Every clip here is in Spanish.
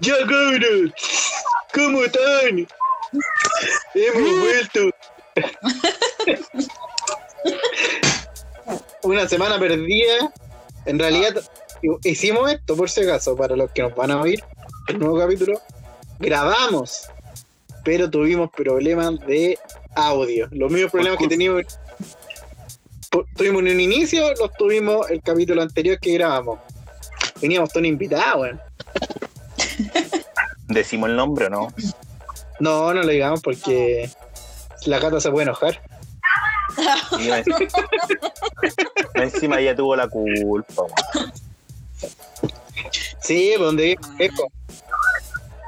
Y ahora, ¿cómo están? Hemos vuelto. Una semana perdida. En realidad, hicimos esto, por si acaso, para los que nos van a oír, el nuevo capítulo. Grabamos, pero tuvimos problemas de audio. Los mismos problemas que teníamos. por- tuvimos en un inicio, los tuvimos el capítulo anterior que grabamos. Teníamos todo un invitado, weón. ¿Decimos el nombre o no? No, no lo digamos porque la gata se puede enojar. Y yo- Encima ella tuvo la culpa. weón. Sí, por donde vive el espejo.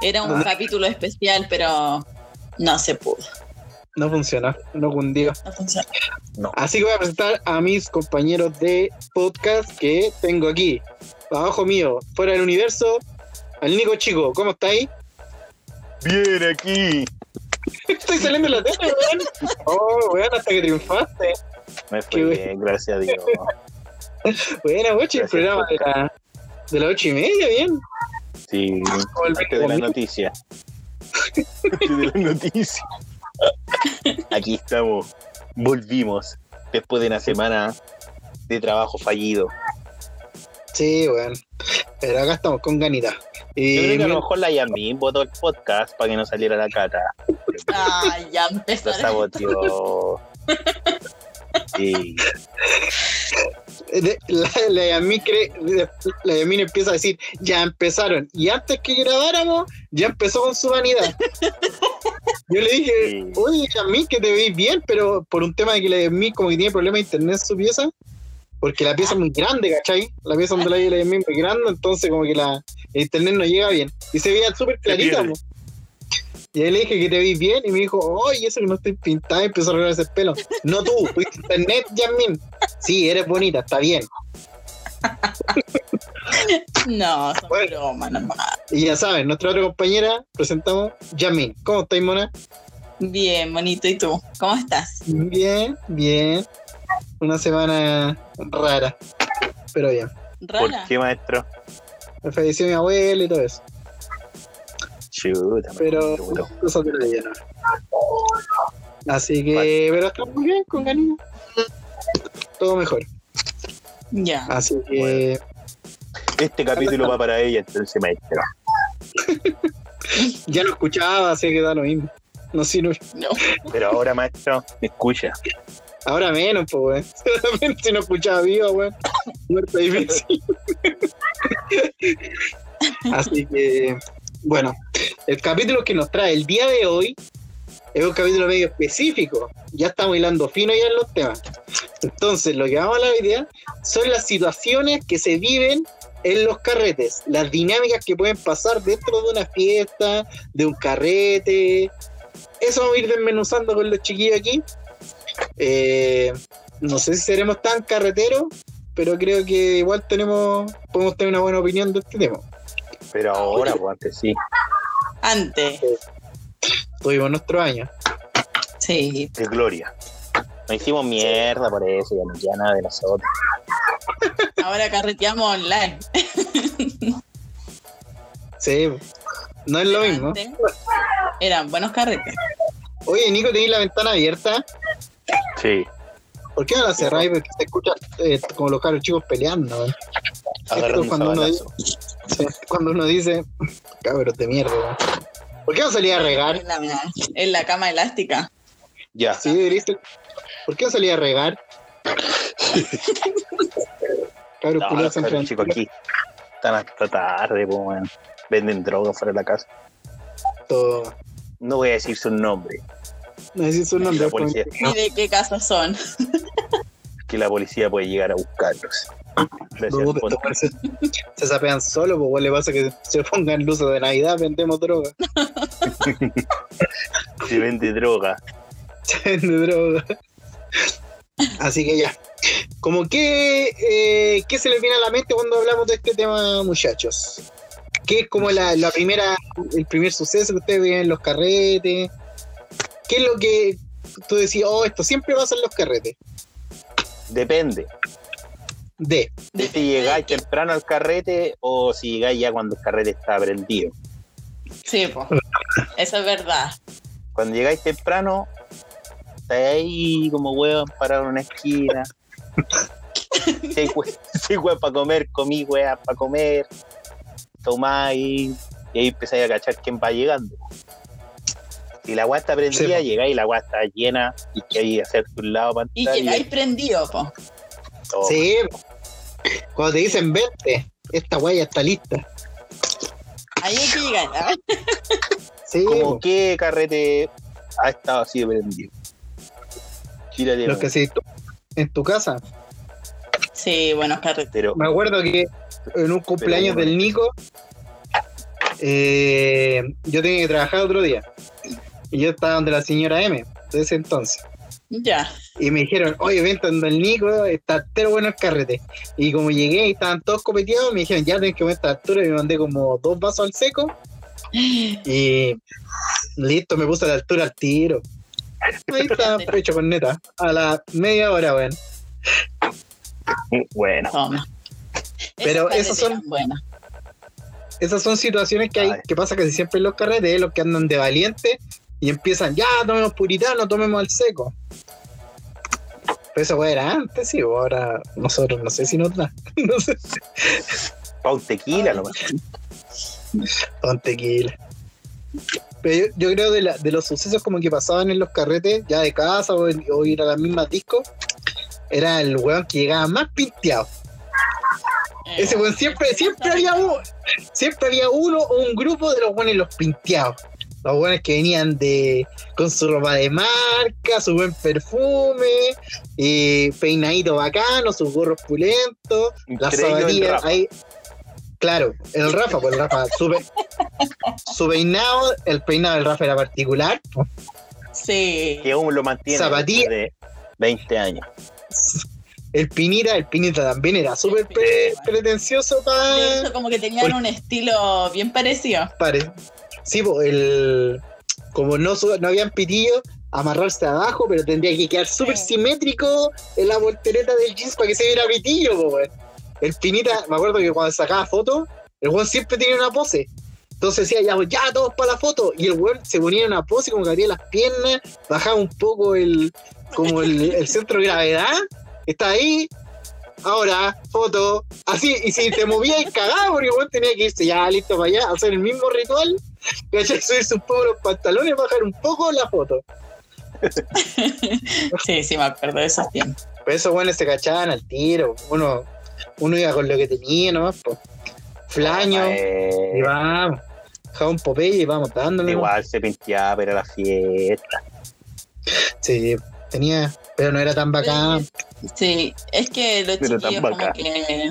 Era un capítulo especial, pero no se pudo. No funcionó, no cundió. No funcionó. Así que voy a presentar a mis compañeros de podcast que tengo aquí. Abajo mío, fuera del universo, al Nico Chico. ¿Cómo estáis? Bien aquí. Estoy saliendo en la tele, weón. Oh, weón, hasta que triunfaste. Me Qué fue bien, gracias a Dios. Buena, weón, el Gracias, programa de, la- de las ocho y media, bien. Sí, antes de la noticia. Antes de la noticia. Aquí estamos. Volvimos después de una semana de trabajo fallido. Sí, weón. Pero acá estamos con ganita. Yo creo Y que a lo mejor la Yami votó el podcast para que no saliera la cata. Ay, ya Lo empezaron. saboteó. Sí. de- la, la Yasmín cree- de- la Yasmín empieza a decir, ya empezaron. Y antes que grabáramos, ya empezó con su vanidad. Yo le dije, Sí. oye, Yasmín, que te veis bien, pero por un tema de que la Yasmín como que tiene problemas de internet en su pieza, porque la pieza es muy grande, ¿cachai? La pieza donde la vive la Yasmín es muy grande, entonces como que la, el internet no llega bien. Y se veía súper clarita, pierde. po. Y ahí le dije que te veis bien y me dijo, oye, eso que no estoy pintada, y empezó a arreglar ese pelo. No tú, fuiste internet, Yasmín. Sí, eres bonita, está bien. No, son Bueno. bromas nomás. Y ya saben, nuestra otra compañera, presentamos Yasmin. ¿Cómo estáis, Mona? Bien, bonito. ¿Y tú? ¿Cómo estás? Bien, bien. Una semana rara, pero bien. ¿Por ¿Rara? qué, maestro? Me falleció mi abuela y todo eso. Chuta, Pero chuta. eso te lo digo, ¿no? Así que, pero estamos bien con ganina. Todo mejor. Ya. Así que, Este capítulo va para ella entonces, maestro. ya lo escuchaba, así que da lo mismo. No, si no- No. Pero ahora, maestro, me escucha. ahora menos, pues, weón. Seguramente si no escuchaba vivo, weón. Muerto difícil. Así que, bueno, el capítulo que nos trae el día de hoy es un capítulo medio específico. Ya estamos hilando fino ya en los temas. Entonces, lo que vamos a hablar hoy día son las situaciones que se viven en los carretes, las dinámicas que pueden pasar dentro de una fiesta, de un carrete. Eso vamos a ir desmenuzando con los chiquillos aquí. Eh, no sé si seremos tan carreteros, pero creo que igual tenemos, podemos tener una buena opinión de este tema. Pero ahora, pues antes sí. Antes. Tuvimos nuestro año. Sí. De gloria. Nos hicimos mierda por eso, ya no queda nada de nosotros. Ahora carreteamos online. Sí, no es lo mismo. Antes eran buenos carretes. Oye, Nico, tenéis la ventana abierta. Sí. ¿Por qué no la cerráis? Porque se escucha eh, como los caros chicos peleando. weón. Agarrando un cuando uno sabanazo. Sí, Cuando uno dice, cabros de mierda. weón. ¿Por qué no salí a regar? En la, en la cama elástica. Ya. Sí, deberías- ¿Por qué no salí a regar? cabros No, culiados los siempre cabros chicos aquí. Están hasta tarde, pues, weón. Venden droga fuera de la casa. todo. No voy a decir su nombre. No sé si su nombre. La policía, Ni de qué casas son. que la policía puede llegar a buscarlos. Gracias, No, pero Fondo. se, se sapean solo, pues le pasa que se pongan luces de Navidad, vendemos droga, Se vende droga. se vende droga. Así que ya. Como que, eh, ¿qué se les viene a la mente cuando hablamos de este tema, muchachos? ¿Qué es como la, la primera, el primer suceso que ustedes ven en los carretes? ¿Qué es lo que tú decís, oh, esto siempre pasa en los carretes? Depende. de. de si llegáis temprano al carrete o si llegáis ya cuando el carrete está prendido. Sí, po. eso es verdad. Cuando llegáis temprano, estáis ahí como huevos parados en una esquina. Sí, hue- sí, hueá para comer, comí hueá para comer. Tomáis y ahí empezáis a cachar quién va llegando. Si la hueá está Sí, prendida, po. llegáis y la hueá está llena y que ahí hacer un lado pantalla. Y llegáis prendido, po. todo. Sí. Cuando te dicen vente, esta weá ya está lista. Ahí hay que llegar. ¿ah? Sí. como po. qué carrete ha estado así prendido. Tírate Los un- que sí, tú, en tu casa. Sí, buenos carretes. pero Me acuerdo que en un cumpleaños del Nico, eh, yo tenía que trabajar otro día. Y yo estaba donde la señora M, de ese entonces. Ya. Y me dijeron, oye, vente donde el Nico, está entero bueno el carrete. Y como llegué y estaban todos copeteados, me dijeron, ya tenés que comer esta altura. Y me mandé como dos vasos al seco. Y listo, me puse a la altura al tiro. Ahí estaba pecho con neta. A la media hora, weón. bueno, Toma. Pero carretes esos son- eran buenos. Esas son situaciones que hay, Ay. que pasa casi siempre en los carretes, los que andan de valiente y empiezan, ya, tomemos puritano, tomemos al seco. Pero eso weón, era antes, sí, o ahora nosotros no sé si nos da. No sé. pa' un tequila nomás. Con tequila. Pero yo, yo creo de, la- de los sucesos como que pasaban en los carretes, ya de casa o, en- o ir a las mismas discos, era el weón que llegaba más pinteado. Eh, Ese weón siempre, siempre había uno, siempre había uno o un grupo de los weones los pinteados. Los weones que venían de con su ropa de marca, su buen perfume, eh, peinadito bacano, sus gorros pulentos, las Entre ellos el zapatillas Rafa. ahí. Claro, el Rafa, pues el Rafa, su, pe- su peinado, el peinado del Rafa era particular. pues. po. Sí. que aún lo mantiene Zapatilla. después de 20 años. El Pinita, el Pinita también era súper pre- pretencioso De para. hecho, como que tenían un estilo bien parecido. Pare. Sí, po, el, como no, su- no habían pitido, amarrarse abajo, pero tendría que quedar súper Sí. simétrico en la voltereta del jeans para que se viera pitillo, po, weón. El Pinita, me acuerdo que cuando sacaba fotos, el weón siempre tenía una pose. Entonces decía, ya, ya todos para la foto. Y el weón se ponía en una pose, como que abría las piernas, bajaba un poco el, como el, el centro de gravedad. Está ahí, ahora, foto, así, y si te movías y cagaba, porque el weón tenía que irse ya listo para allá, hacer el mismo ritual, ¿cachai? subirse un poco los pantalones, bajar un poco la foto. Sí, sí, me acuerdo de esos tiempos. Pero esos weones se cachaban al tiro, uno, uno iba con lo que tenía nomás, po. flaño, Eh, y vamos, jabón Popeye y vamos dándole. nomás. igual se pinteaba, pero la fiesta. Sí, tenía, pero no era tan bacán. Sí, es que los Pero tan chiquillos como bacán. que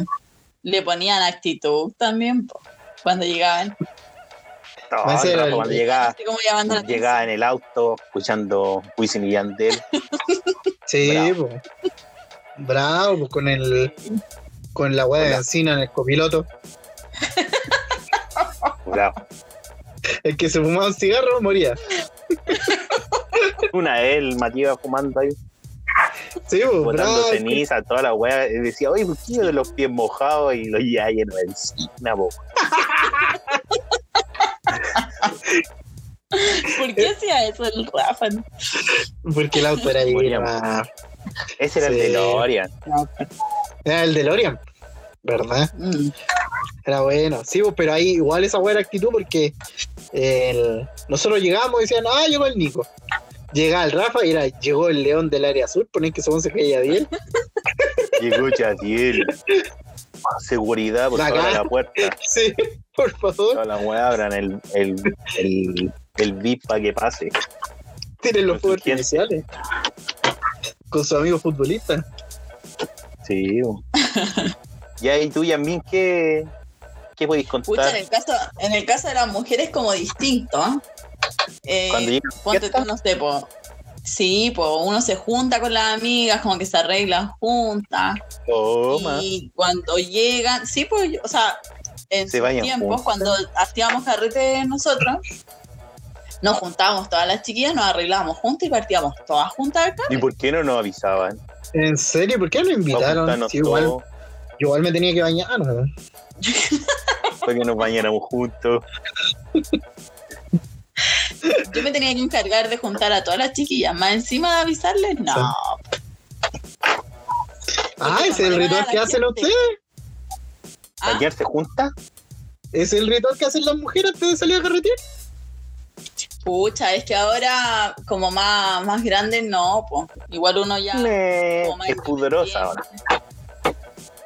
le ponían actitud también po, cuando llegaban. No, Ese era no, el- cuando llegaba, Así como llamando la llegaba en el auto escuchando Wisin y Yandel. Sí, Bravo. bravo, bravo po, con el atención. con la weá de Hola. encina en el copiloto. Bravo. El que se fumaba un cigarro moría. Una vez el Matías fumando ahí, Sí, pues, po, botando bravo. ceniza, toda la wea. y decía, oye, ¿por qué yo de los pies mojados y los ya llenos de encina, po? ¿Por qué hacía eso el Rafa? Porque el auto era Moría. más. Ese era el Sí. de Lorian. Era el DeLorean, ¿verdad? Mm, Era bueno. Sí, pues, pero ahí igual esa buena actitud porque el- nosotros llegamos y decían, ah, llegó el Nico. Llegaba el Rafa y era, llegó el león del área azul, ponen que según se caía bien. Llegó Yadiel. Seguridad, por La toda cara. la puerta. Sí, por favor, Toda la wea abran el, el, el, el VIP para que pase. tienen los Con fuegos quién. artificiales. Con su amigo futbolista. Sí. bo. ya, y tú, Yasmin, ¿qué, qué podéis Pucha, contar? en el, caso, en el caso de las mujeres como distinto. ¿ah? Eh, Cuando llegan a Ponte fiesta, tú, no sé, po. Sí, po, uno se junta con las amigas, como que se arreglan juntas. toma. Y cuando llegan, sí, pues, yo- o sea, en Se sus vayan tiempos, juntas. cuando hacíamos carrete nosotros, nos juntábamos todas las chiquillas, nos arreglábamos juntas y partíamos todas juntas acá. ¿Y por qué no nos avisaban? ¿En serio? ¿Por qué no lo Para invitaron? juntarnos Sí, igual, todos. Yo igual me tenía que bañar, ¿no? Para que nos bañáramos juntos. Ah. Yo me tenía que encargar de juntar a todas las chiquillas, más encima de avisarles, no. Ah, ese es el ritual que hacen ustedes. Ah, ¿Bañarse juntas? Ese es el ritual que hacen las mujeres antes de salir a carretear. pucha, es que ahora, como más, más grande, no, pues. Igual uno ya. Eh, como más Es pudorosa ahora. independiente.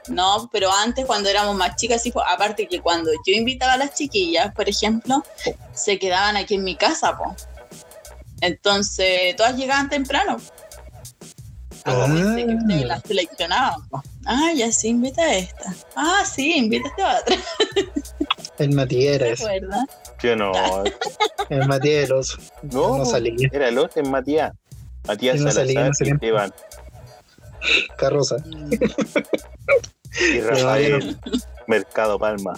No, pero antes cuando éramos más chicas, sí, pues, aparte que cuando yo invitaba a las chiquillas, por ejemplo, se quedaban aquí en mi casa, po. Entonces, todas llegaban temprano. Ah. Así que ustedes las seleccionaban, po. Ah, ya sí, invita a esta. Ah, sí, invita a esta otra, el Matías era ¿te ese. acuerdas? Yo no. El Matías del oso. No, No salía. Era el otro, es Matías. Matías Yo no salía, Salazar, no salía. Esteban Carroza. Mm, y Rafael Mercado Palma.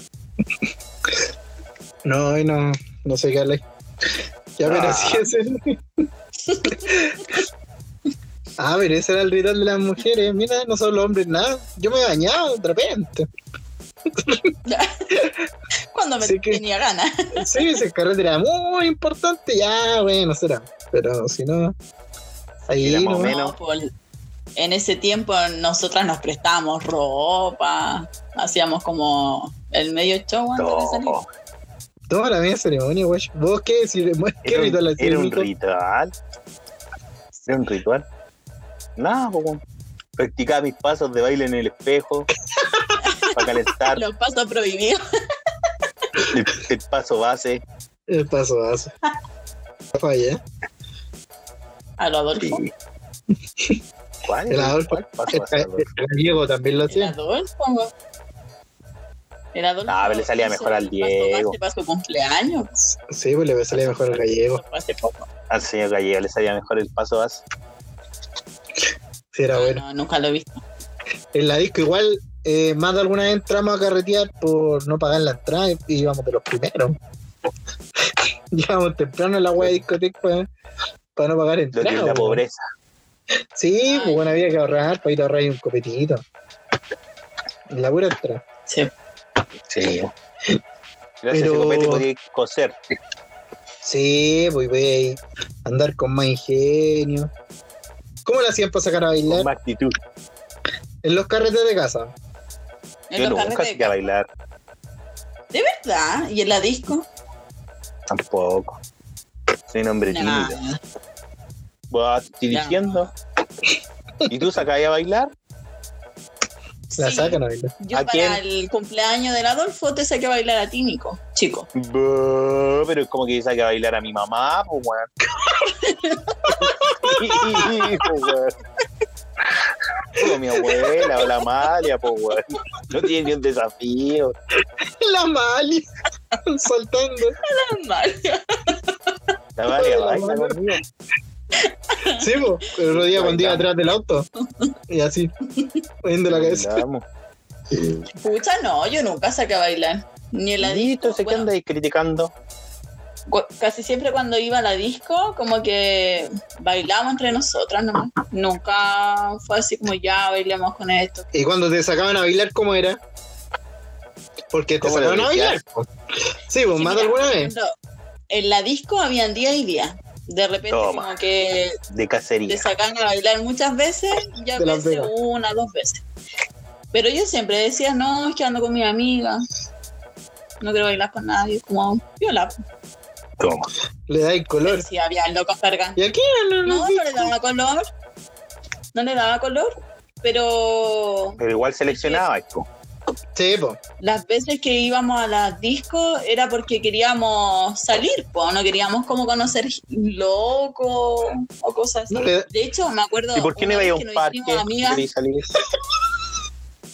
No, y no, no sé qué hablar. Ya, pero Ah. así es. el- ah, pero ese era el ritual de las mujeres. Mira, no son los hombres nada. Yo me bañaba de repente. Cuando me Así que- tenía ganas. Sí, ese carrete era muy importante. Ya, bueno, será. Pero si no. Ahí Era más o no. menos. No, Paul. en ese tiempo nosotras nos prestábamos ropa, hacíamos como el medio show antes de salir. No, Toda la media ceremonia, güey. ¿Vos qué, cere- qué era, ritual un, hacías, era un Nico? ritual. Era un ritual. Nada, po, weón. practicaba mis pasos de baile en el espejo para calentar Los pasos prohibidos. el, el paso base. El paso a paso. Falla. A lo Adolfo. Sí. ¿Cuál? El Adolfo. ¿Cuál paso El, base, el- Adolfo? el Diego también lo El hacía. Adolfo. güey. El Adolfo. Ah, pero le salía hizo mejor al el Diego. Paso, base para su cumpleaños. Sí, pues le salía mejor al gallego. Fue Hace poco. Al señor Gallego le salía mejor el paso base. Sí, era No, bueno. no, nunca lo he visto. en la disco igual eh, más de alguna vez entramos a carretear por no pagar la entrada y íbamos de los primeros Llegábamos temprano en la wea de discoteca para, no pagar Lo que es entrada la weón. pobreza. sí, Ay. pues bueno, había que ahorrar para ir a ahorrar un copetito En la pura entrada Sí. Sí. Gracias Pero- a ese copete podía coser. sí, pues wey andar con más ingenio ¿cómo lo hacían para sacar a Con bailar? más actitud. en los carretes de casa En Yo los nunca carretes hacía de... bailar. de verdad. Y en la disco. Tampoco. Soy un hombre Nah. tímido. Buah, te estoy No. diciendo. ¿Y tú sacabas a bailar? la Sí, sacan a bailar Yo ¿A para quién? el cumpleaños del Adolfo te saqué a bailar a ti, Nico, chico. Buh, pero es como que yo saqué a bailar a mi mamá, pues, weón. Sí, pues, weón. Como mi abuela o la Amalia, pues, weón. No tiene ni un desafío. la mali saltando Mal. La Amalia baila conmigo. Sí, po. el otro día cuando iba atrás del auto. Y así, poniendo la cabeza. Bailamos. Pucha, no, yo nunca saqué a bailar. Ni en la Listo, disco. se Bueno, anda ahí criticando. cu- casi siempre cuando iba a la disco, como que bailábamos entre nosotras nomás. Nunca fue así como ya bailemos con esto. Y cuando te sacaban a bailar, ¿cómo era? Porque te ¿Cómo le sacaban a decías? bailar. po. Sí, vos Sí, más de mira, alguna por vez. ejemplo, En la disco habían día y día. De repente Toma. como que De te cacería. sacan a bailar muchas veces y a Te las veces pegas. una, dos veces. Pero yo siempre decía, no, es que ando con mi amiga. No quiero bailar con nadie, como viola. Toma. Le dais color. Si había locos cargando. Y aquí no, no, No, no le daba color. No le daba color. Pero Pero igual seleccionaba esto. Sí, po. las veces que íbamos a las discos era porque queríamos salir, po, no queríamos como conocer loco o cosas así. No le- De hecho, me acuerdo. ¿Y por qué no una iba a vez un que nos parque? hicimos amigas- ¿Queréis salir?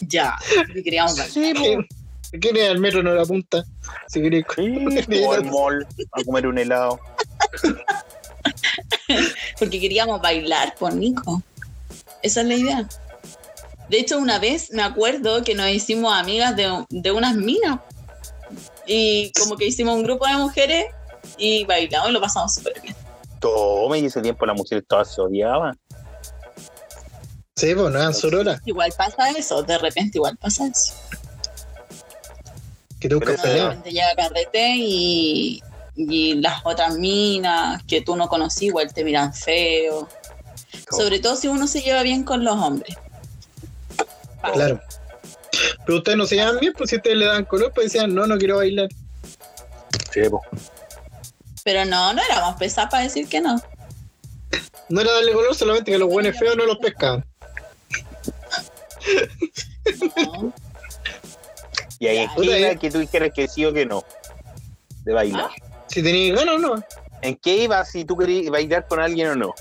Ya, que queríamos bailar. Sí, pues. ¿Quién era el metro? No la punta. Si querés. Sí, o al mall a comer un helado. Porque queríamos bailar, por Nico. Esa es la idea. De hecho, una vez me acuerdo que nos hicimos amigas de, de unas minas. Y como que hicimos un grupo de mujeres y bailamos y lo pasamos súper bien. Tome, y ese tiempo las mujeres todas se odiaban. Sí, pues no eran sororas. Igual pasa eso, de repente igual pasa eso. Que nunca Pero Uno de peleaban. repente llega a carrete y, y las otras minas que tú no conocí igual te miran feo. Sobre todo si uno se lleva bien con los hombres. Claro. Pero ustedes no se llevan bien, pues si ustedes le dan color, pues decían, no, no quiero bailar. Sí, po. Pero no, no éramos pesadas para decir que no. No era darle color, solamente que los buenos feos no los pescaban. No. Y ahí Ya. esquina Puta, eh. que tú dijeras que sí o que no. De bailar. Si tenías ganas, no. Ah. ¿En qué ibas si tú querías bailar con alguien o no?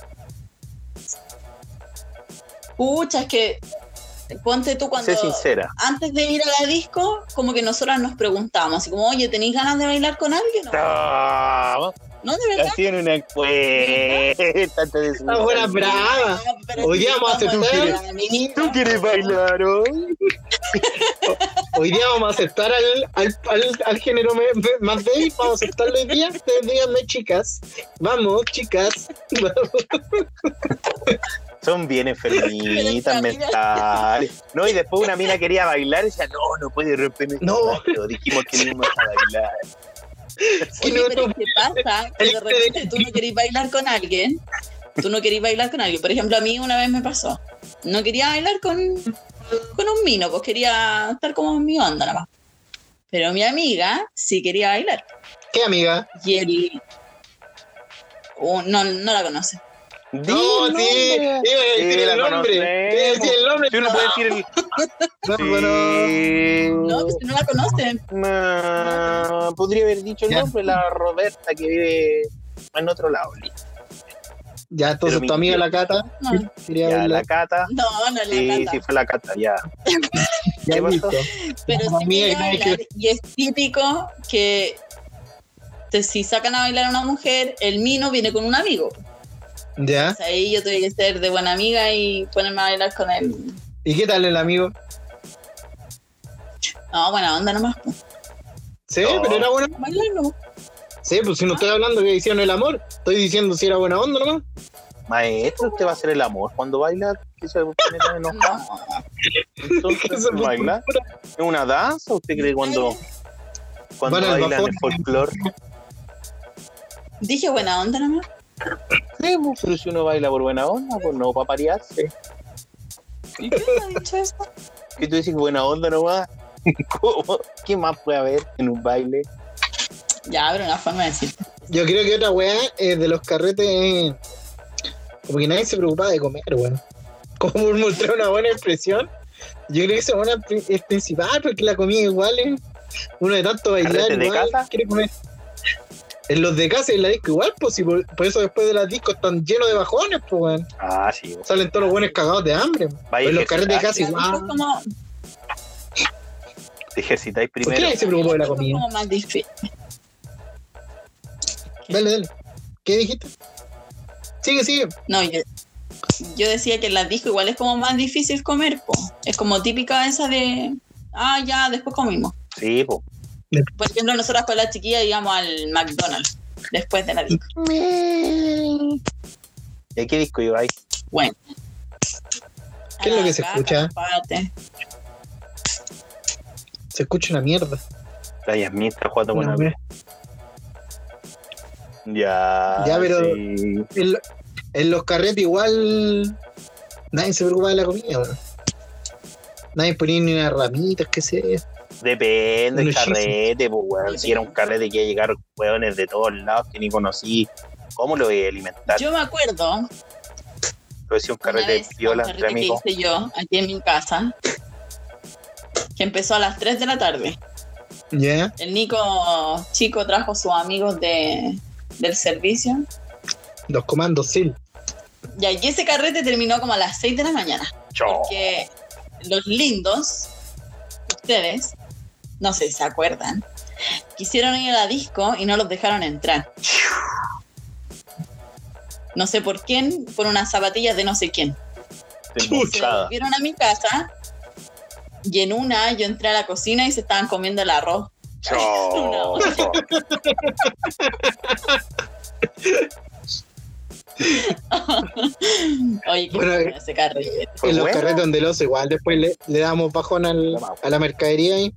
Pucha, es que ponte tú cuando... Sé sincera. Antes de ir a la disco, como que nosotras nos preguntábamos, así como, oye, ¿tenéis ganas de bailar con alguien? o No, Ah, no de verdad. Haciendo una encuesta. antes de subir Las buenas al- bravas. No, pero Hoy día vamos a hacer vamos todo. bailar, amiguita. ¿Tú quieres bailar hoy? Hoy día vamos a aceptar al, al, al, al género me- me- más débil, vamos a aceptarlo hoy día. Ustedes díganme, chicas. Vamos, chicas. Vamos. Son bien Pero esa enfermitas mina- mentales. No, y después una mina quería bailar y decía, no, no puede romperme. No. Dijimos que no íbamos a bailar. Y Oye, pero nosotros- ¿qué pasa? Que de repente tú no querés bailar con alguien. Tú no querés bailar con alguien. Por ejemplo, a mí una vez me pasó. No quería bailar con, con un mino, pues quería estar como en mi onda nada más. Pero mi amiga sí quería bailar. ¿Qué, amiga? Y él... Oh, no, no la conoce. No, sí. Iba a decir Sí, el la nombre. Iba a decir el nombre. Tú no puedes decir el. No, bueno. No, Oh. pues no la conoce. Ma- Podría haber dicho el Ya. nombre, la Roberta que vive en otro lado. listo. Ya, entonces Pero tu amiga mintió. la cata. No, Quería Ya, la verla. Cata. no, no la Sí, canta. sí, fue la Cata, ya. Ya, ¿Qué pasó? listo. Pero Mamma sí mía, quería y nadie bailar. Y es típico que te- si sacan a bailar a una mujer, el mino viene con un amigo. Ya. Entonces, Ahí yo tuve que ser de buena amiga y ponerme a bailar con él. ¿Y qué tal el amigo? No, buena onda nomás. pues, Sí, No. pero era buena. Bailar nomás. Sí, pues si no estoy hablando que hicieron el amor, estoy diciendo si era buena onda nomás. Maestro, usted va a hacer el amor cuando baila. ¿Qué se pone tan enojado? No. Esa Entonces, fue ¿Baila? pura- ¿Es una danza? ¿Usted cree cuando, cuando Bueno, el bailan bajón. el folclore? Dije buena onda nomás. Sí, pues, pero si uno baila por buena onda, pues no, para parearse. ¿Y qué me ha dicho eso? ¿Qué tú dices buena onda nomás? ¿Cómo? ¿Qué más puede haber en un baile? Ya, pero una forma de decirte. Yo creo que otra weá es de los carretes. eh, Como que nadie se preocupaba de comer, weón. Como por mostrar una buena expresión. Yo creo que esa buena pri- es principal, porque la comida igual es. Uno de tanto bailar ¿Carretes de igual casa? quiere comer. En los de casa y en la disco igual, pues si por, por eso después de las discos están llenos de bajones, pues weón. Ah, sí. Salen todos los buenos cagados de hambre. Vaya Pues los ejercitar- carretes de casa La disco es igual. como, Te ejercitáis ¿Por qué primero. nadie se preocupó de la la disco es comida? como más difícil. Dale, dale. ¿Qué dijiste? Sigue, sigue. No, yo, yo decía que en las disco igual es como más difícil comer, po. Es como típica esa de, ah, ya, después comimos. Sí, pues. po. Por ejemplo, nosotras con las chiquillas íbamos al McDonald's después de la disco. ¿Y a qué disco iba ahí? Bueno. ¿Qué es lo que se Ah, escucha? Aparte. Se escucha una mierda. La Yasmin está jugando con No, la Ya. Ya, pero- sí. en, lo- en los carretes igual nadie se preocupa de la comida, weón. Nadie ponía ni unas ramitas, qué sé. yo. Depende del Unos carrete, pues, weón. Si era un carrete que iba a llegar weones de todos lados que ni conocí, ¿cómo lo voy a alimentar? Yo me acuerdo Pero si un una carrete de vez, un viola entre carrete que amigos. hice yo aquí en mi casa, que empezó a las 3 de la tarde. ¿Ya? El Nico Chico trajo sus amigos de, del servicio. Los comandos sí. Y allí ese carrete terminó como a las 6 de la mañana. Chao. Porque los lindos, ustedes, no sé si se acuerdan, quisieron ir a la disco y no los dejaron entrar. No sé por quién, por unas zapatillas de no sé quién. Estoy Se moscada. volvieron a mi casa y en una yo entré a la cocina y se estaban comiendo el arroz. Chao. Bueno, Oye, qué bueno, eh, ese carrete. Fue En los Pues bueno pues. carretes donde el oso igual después le, le damos bajón al- a la mercadería y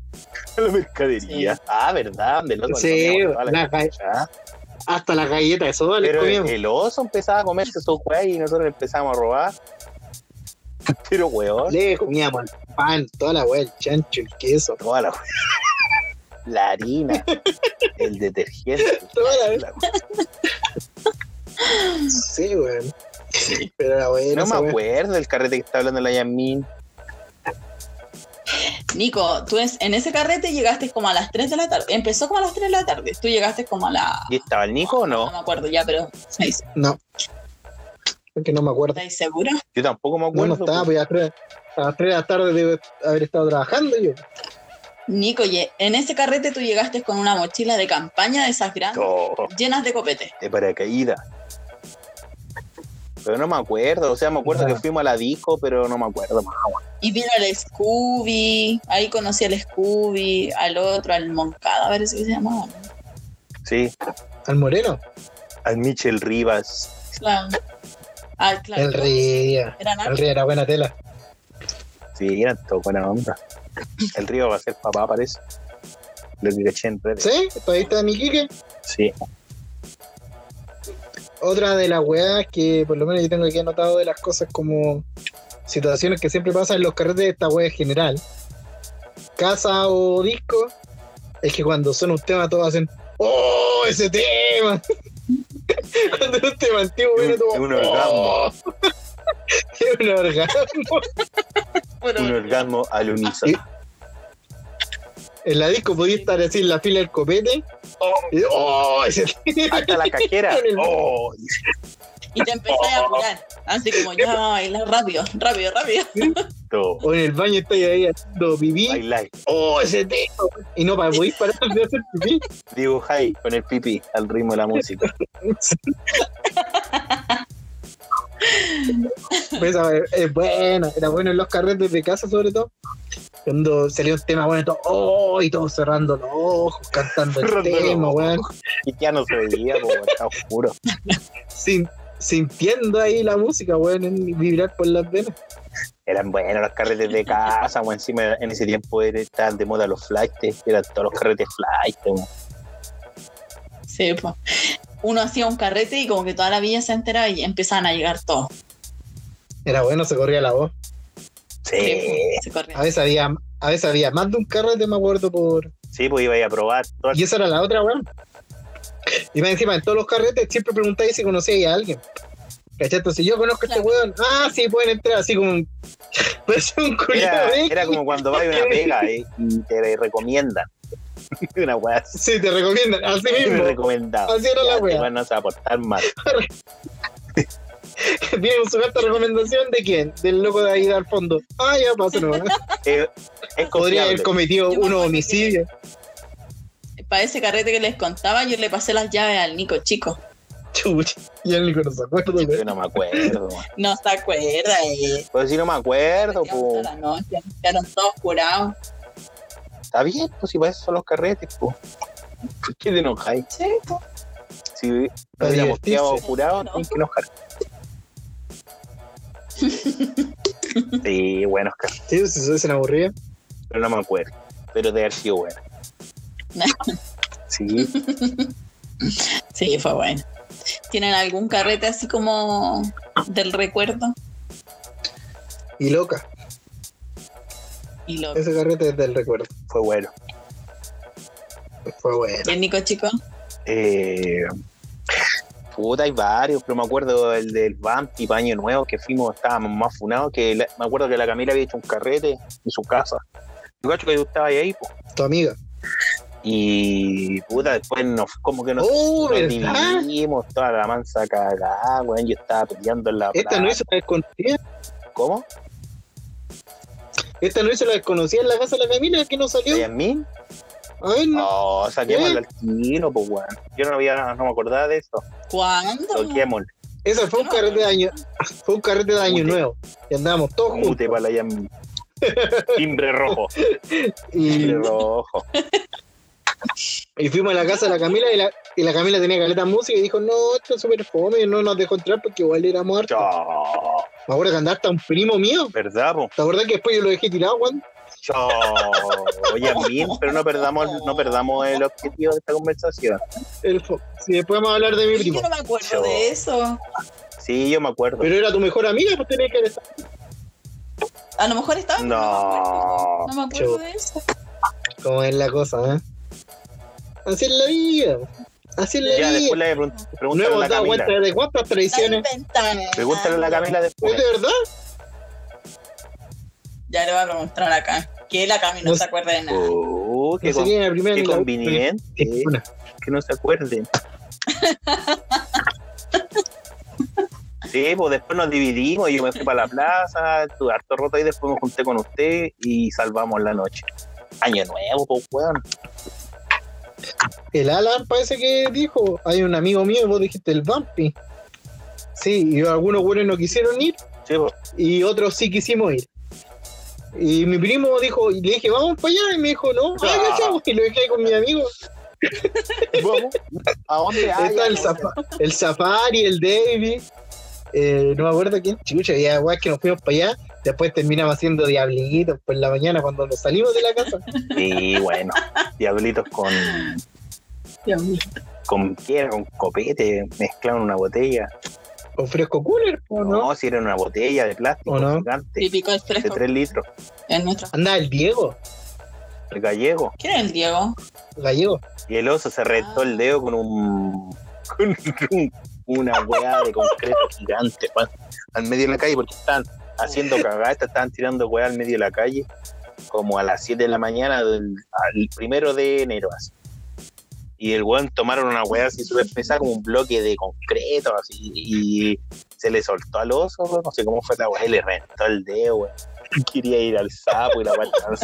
la mercadería. Ah, ¿verdad? Del oso Sí, le comíamos toda la la comida, ¿ah? hasta las galletas, eso le Pero eh, comíamos. el oso empezaba a comerse su weá y nosotros le empezamos a robar. Pero weón, Le comíamos el pan, toda la weá, el chancho, el queso, toda la weá. La harina, el detergente. Toda la la- Sí, weón. Pero la weá No esa me weá. acuerdo el carrete que está hablando la Yasmin. Nico, tú es- en ese carrete llegaste como a las 3 de la tarde. Empezó como a las 3 de la tarde. Tú llegaste como a la. ¿Y estaba el Nico o No no? me acuerdo ya, pero. ¿Estáis No. Es que no me acuerdo. estáis seguros? Yo tampoco me No, no acuerdo. estaba, pues a las tres- a las 3 de la tarde debo haber estado trabajando yo. Nico, ye- en ese carrete tú llegaste con una mochila de campaña de esas grandes, No, llenas de copete. Oh, de paracaídas. Pero no me acuerdo, o sea, me acuerdo Ah. que fuimos a la disco, pero no me acuerdo más. Y vino el Scooby, ahí conocí al Scooby, al otro, al Moncada, parece que se llamaba. ¿no? Sí, Al Moreno. al Michel Rivas. Claro. Ah, claro. El Ría. Eran El Ría era buena tela. Sí, era todo buena onda. El Rivas va a ser papá, parece. Lo que caché en redes. ¿Sí? Todavía está mi Quique. Sí. Otra de las weas que por lo menos yo tengo aquí anotado de las cosas como situaciones que siempre pasan en los carretes de esta wea en general, casa o disco, es que cuando suena un tema todos hacen ¡Oh, ese tema! cuando es un tema antiguo, Es un- viene todo es un orgasmo. "Oh". es un orgasmo. Un orgasmo al unísono. En la disco podía estar así en la fila del copete. y, ¡Oh, ese tema! Hasta la cajera. Oh, Y te empezáis a apurar. Así como ya vamos a bailar rápido, rápido, rápido. listo. O en el baño estáis ahí haciendo pipí. Bailar. ¡Oh, ese tema! Y no para podéis parar de hacer pipí. Dibujáis con el pipí al ritmo de la música. Pues, a ver, es bueno, era bueno en los carretes de casa sobre todo. Cuando salió un tema bueno, todo, oh, y todos cerrando los ojos, cantando el Cerrando los tema, ojos. weón. Y ya no se veía, po, está oscuro. Sin- sintiendo ahí la música, weón, en vibrar por las venas. Eran buenos los carretes de casa, o encima en ese tiempo era- estaban de moda los flights, eran todos los carretes flights, Sí, pues. Uno hacía un carrete y como que toda la villa se enteraba y empezaban a llegar todos. Era bueno, se corría la voz. Sí, pues, Se corría. A veces había, a veces había más de un carrete, me acuerdo, por. sí, pues iba a ir a probar. todo. Y esa era la otra, weón. Y más encima, en todos los carretes siempre preguntáis si conocíais a alguien. ¿Cachai? Entonces, yo conozco a este weón. Ah, sí, pueden entrar, así como. un- Parece un Era, culiado X. era como cuando vas a una pega eh, y te recomiendan. una weá así, Sí, te recomiendan, así me mismo. recomendado. Así era la Ya te wea. van a aportar más. Tienen su carta de recomendación de quién? Del loco de ahí al fondo. Ah, ya pasó nomás. Es, es Podría haber confiable. cometido Yo me unos acuerdo homicidios. Para ese carrete que les contaba, yo le pasé las llaves al Nico, chico. Chucha, ya ni con se acuerda, Yo güey. no me acuerdo. No se acuerda, eh. Pues si no me acuerdo, Toda pues. la noche, quedaron todos curados. Está bien, pues si para eso son los carretes, pues. ¿Por qué te enojáis? Sí, pues. po. Si no hubiéramos divertirse. quedado jurados, No. tenés que enojar. sí, bueno, Oscar, Sí, si se hubiesen aburrido. pero no me acuerdo. Pero de haber sido bueno. Sí, Sí, fue bueno. ¿Tienen algún carrete así como del recuerdo? Y loca, Y lo ese carrete es del recuerdo. fue bueno. Fue bueno. ¿Y el Nico, chico? Eh, puta, hay varios, pero me acuerdo el del Vampi Paño Nuevo que fuimos, estábamos más funados. que la- Me acuerdo que la Camila había hecho un carrete en su casa. Yo cacho que tú estabas ahí, pues. Tu amiga. Y puta, después nos, como que nos ¡Oh, Nos verdad! dividimos toda la mansa cagada, weón. Yo estaba peleando en la Esta plaza. no hizo la desconocida. ¿Cómo? Esta no hizo la desconocida en la casa de la Camila que no salió. ¿En mí? A ver, no. No, saquemos ¿Eh? el alquino, pues weón. Yo no había, no me acordaba de eso. ¿Cuándo? Toquémosle. Ese fue un carrete de año. Fue un carrete de año Mute. nuevo. Y andábamos todos juntos. Mute para la Yasmin. Timbre rojo. Y Timbre rojo. Y fuimos a la casa de la Camila y la, Y la Camila tenía caleta de música y dijo, no, esto es súper fome, no nos dejó entrar porque igual era muerto. Chao. Me acuerdo que andaba hasta un primo mío. ¿Verdad, po? ¿Te acuerdas que después yo lo dejé tirado, Juan? Chao. Yasmin, pero no perdamos, no perdamos el objetivo de esta conversación. El fo- Si después vamos a hablar de mi Yo primo. no me acuerdo Yo- de eso. Sí, yo me acuerdo. Pero era tu mejor amiga, pues tenés que estar. A lo mejor estaba. pero No. No me Yo- acuerdo, no me acuerdo de eso. Como es la cosa, ¿eh? Así es la vida. Así es la Ya, después vida. le pregun- No pregúntale a hemos la dado Camila. cuenta de cuántas Está traiciones. inventada. Pregúntale a la Camila ¿Es después. de verdad? Ya le voy a preguntar acá. Que la Cami no, No se acuerda de nada. Oh, qué, No con- sería la primera qué ni la última. conveniente Sí, bueno. que no se acuerden. Sí, pues después nos dividimos, yo me fui para la plaza, estuve harto roto y después me junté con usted y salvamos la noche. Año nuevo, pues weón. El Alan parece que dijo, hay un amigo mío, y vos dijiste el Bumpy. Sí, y algunos buenos no quisieron ir Sí, pues. y otros sí quisimos ir. Y mi primo dijo, y le dije, vamos para allá, y me dijo, no, ay, ya, chavo", y lo dejé con mi amigo. Vamos. ¿A dónde? Ah, Está ya, el, no. Safa- el Safari, el Davy, eh, no me acuerdo quién, chucha, ya guay que nos fuimos para allá, después terminamos haciendo diablitos por la mañana cuando nos salimos de la casa. Sí, bueno. Diablitos con, Dios mío. con ¿qué era? Con copete, mezclaron una botella. Con fresco cooler, ¿o No, no? si era una botella de plástico ¿O no? gigante, Típico es de fresco. 3 litros, Es nuestro. Anda el Diego, el gallego. ¿Quién es el Diego? gallego. Y el oso se rentó el dedo con un. con un- una weá de concreto gigante, weón, al medio de la calle, porque estaban haciendo cagadas, estaban tirando weá al medio de la calle, como a las 7 de la mañana del al primero de enero, así. Y el weón tomaron una weá así súper pesada, como un bloque de concreto, así, y se le soltó al oso, weón, no sé cómo fue la weá, y le rentó el dedo, weón. Quería ir al sapo y la weá tan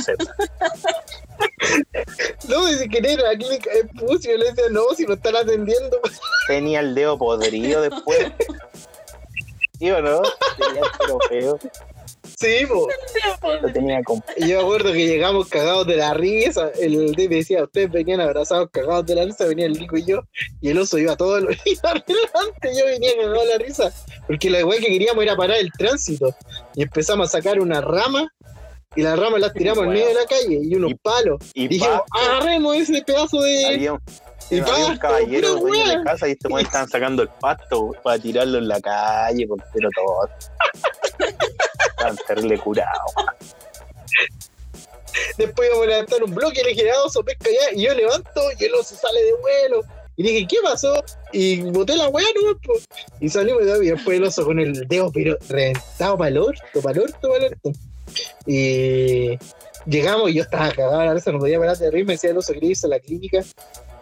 No, dice que era aquí le cae pucio, y le decía, no, si lo están atendiendo. tenía el dedo podrido después. ¿Sí o no? Tenía el pelo feo. Sí, po. Lo tenía con... Y yo me acuerdo que llegamos cagados de la risa. El D me decía, ustedes venían abrazados cagados de la risa, venía el Nico y yo, y el oso iba todo lo iba adelante, yo venía cagado de la risa. Porque la weá que queríamos era parar el tránsito. Y empezamos a sacar una rama, y la rama las tiramos Bueno. en medio de la calle, y unos Y- palos. Y Y dijimos, pa, agarremos ese pedazo de. había un, Y había un pasto, caballero pura dueño de wea. casa y estos weones estaban sacando el pasto para tirarlo en la calle con pelo todo. Estaban terrible curado. Después íbamos a levantar un bloque, le dije, "Ah, oso, pesca ya, y yo levanto, y el oso sale de vuelo. Y le dije, ¿qué pasó? Y boté la weá, no, po. Y salimos de ahí, y después el oso con el dedo, pero reventado para el orto, para el orto, para el orto. Y llegamos y yo estaba cagado, a la risa, no podía parar de reír, me decía el oso que quería irse a la clínica.